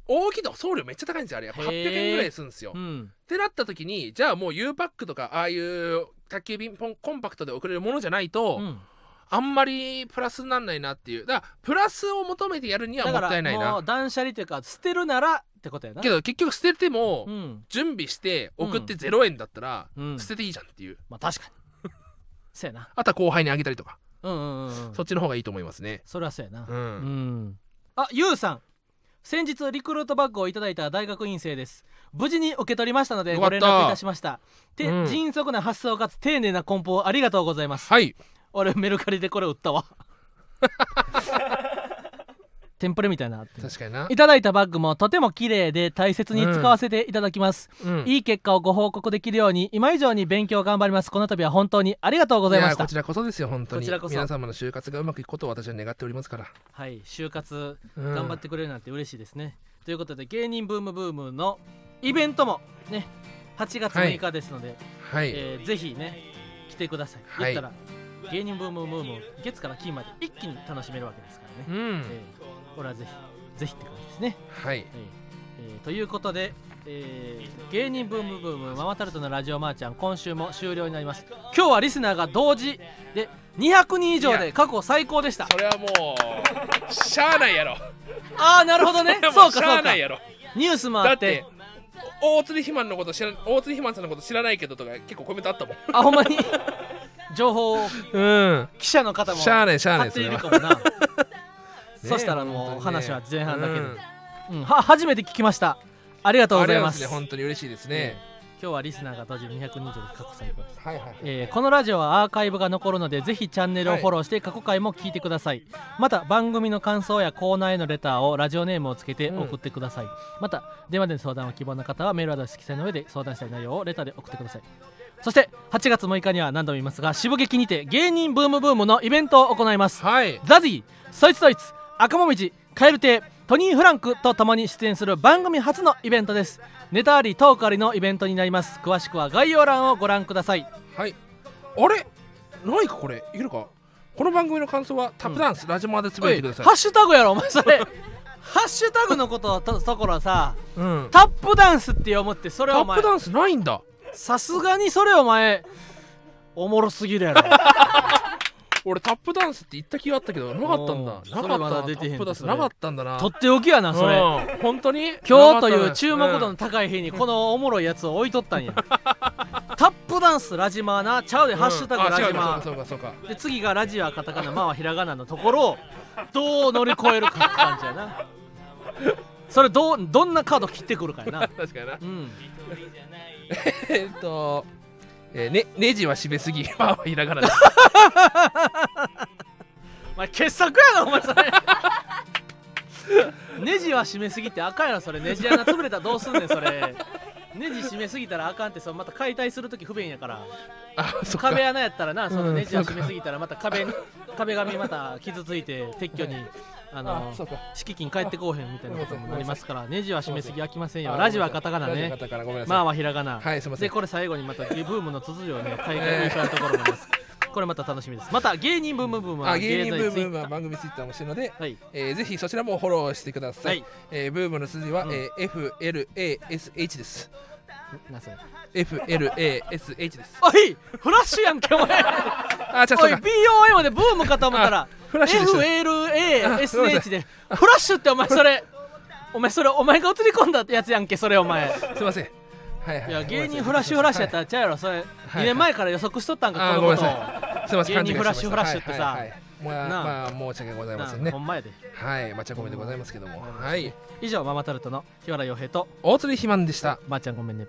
大きいと送料めっちゃ高いんですよあれやっぱ800
へー
円ぐらいするんですよ
うん
ってなった時にじゃあもう U パックとかああいう宅急便ポンコンパクトで送れるものじゃないと、
うん
あんまりプラスになんないなっていうだからプラスを求めてやるには
だ
も
か
ったいない
らも
な
う断捨離というか捨てるならってことやな
けど結局捨てても、
うん
準備して送って
うん
0円だったら、
うん
捨てていいじゃんっていう
まあ確かにそうやな
あとは後輩にあげたりとか、
うんうんうんうん
そっちの方がいいと思いますね
それはそうやな
うん、
うんあゆうさん先日リクルートバッグをいただいた大学院生です無事に受け取りましたので
よか
ご
った
連絡いたしましたて、
うん
迅速な発想かつ丁寧な梱包ありがとうございます
はい
俺メルカリでこれ売った わテンプレみたいな、
確かにない
ただいたバッグもとても綺麗で大切に使わせていただきます、
うん
いい結果をご報告できるように今以上に勉強頑張りますこの度は本当にありがとうございまし
や
た
こちらこそですよ本当に
こちらこそ
皆様の就活がうまくいくことを私は願っておりますから、
はい就活
うん
頑張ってくれるなんて嬉しいですね、ということで芸人ブームブームのイベントもね8月6日ですので、
はい、
えーぜひね来てください、
はい
言ったら芸人ブームブームを月から金まで一気に楽しめるわけですからね、
うん
えーこれはぜひぜひって感じですね、
はい
えーえーということで、えー芸人ブームブームママタルトのラジオマーちゃん今週も終了になります今日はリスナーが同時で200人以上で過去最高でした
それはもうしゃあないや ろ
ああなるほどね
それは
そ
も
う
う
か
し
そ
ゃ
う
あ
か
ないやろ
ニュースもあ
だ
っ
ってて大鶴ひまんのこと知ら大鶴ひまんさんのこと知らないけどとか結構コメントあったもん
あほんま に情報を
うん
記者の方も
しゃあないしゃあな
買
い
っている
は
かも な
ね
そしたらもう話は前半だけで、
う
うんんは初めて聞きましたありがとうご
あり
ざい
が
ま
とうございますすね本当に嬉しいですね、
今日はリスナーが当時220で過去最高です
はいはい
えーこのラジオはアーカイブが残るのでぜひチャンネルをフォローして過去回も聞いてください、また番組の感想やコーナーへのレターをラジオネームをつけて
うん
送ってください、また電話での相談を希望の方はメールアドレス記載の上で相談したい内容をレターで送ってくださいそして8月6日には何度も言いますが渋劇にて芸人ブームブームのイベントを行います
はい
ザジーそいつそいつ赤もみじカエル亭トニー・フランクと共に出演する番組初のイベントですネタありトークありのイベントになります詳しくは概要欄をご覧ください
はいあれないかこれいけるかこの番組の感想はタップダンス、ラジマーでつぶやいてください
ハッシュタグやろお前それハッシュタグのこととところさ
うん
タップダンスって思ってそれ
タ
お
ッ
前
プダンスないんだ
さすがにそれお前おもろすぎるや ろ
俺タップダンスって言った気があったけどなかった
う
んだ
ん
なか
そ
っ
れ
た
ま
な
だ
タ
出てへん
ップダンス
それ
なかったんだな
とっておきやなそれ
うん本当に
今日という注目度
なか
の高い日にこのおもろいやつを置いとったんやタップダンスラジマーなちゃうで、
ったねうん
ハッシュタ
う
グ
ん
ラ
あ違
ジ
う
マ
そうかそうかそうか
ーで次がラジはカタカナマはひらがなのところをどう乗り越えるかって感じやなそれどうどんなカード切ってくるかやな
確かにな
うん
えーっと、えーね、ネジは締めすぎ。まあ、ひらがなです。
お前傑作やなお前それ ネジは締めすぎてあかんやろそれネジ穴潰れたらどうすんねんそれネジ締めすぎたらあかんってそのまた解体するとき不便やから
あ、そっか。
壁穴やったらなその
うん
ネジを締めすぎたらまた壁に壁紙また傷ついて撤去にあ
あ
の、
そうか。
敷金返ってこうへんみたいなこともなりますからネジは締めすぎ飽きませんよ
あ
ラジはカタカナ
ラジは
ね
カタカナ、ごめんなさい。
まあはひらがな、
はい、すみませ
で
ん。
これ最後にまたブームの続きをね海外に行ところもありますこれまた楽しみですまた芸人ブームブームは
あ、芸人
現
ブ
在
ームブーム
Twitter
は番組ツイッターもしてるので、
はい
えーぜひそちらもフォローしてください。
はい
えーブームの数字は、
うん
えー FLASH です。
なそれ
FLASH です。
おいフラッシュやんけお前
あ、じ
お
ゃあ、そう
い
か。
BOM でブームかと思ったら
あフラッシュでした
FLASH でフラッシュってお前それお前それお前が映り込んだやつやんけそれお前
すみません。はいはいい。
や芸人フラッシュフラッシュやったらちゃうやろそれ2年前から予測しとったん
はい。
か
あ、
こ
ご
の
めん
こ
な
とをな
さい。すみません。
芸人フラッシュフラッシュってさ
はいはいはいまあ、
なあ
まあ、申し訳ございませんね
あ。ほんまやで
はい、マチャコメでございますけども、はい、
以上ママタルトの日原洋平と
大鶴ひまんでした。
まーちゃんごめんね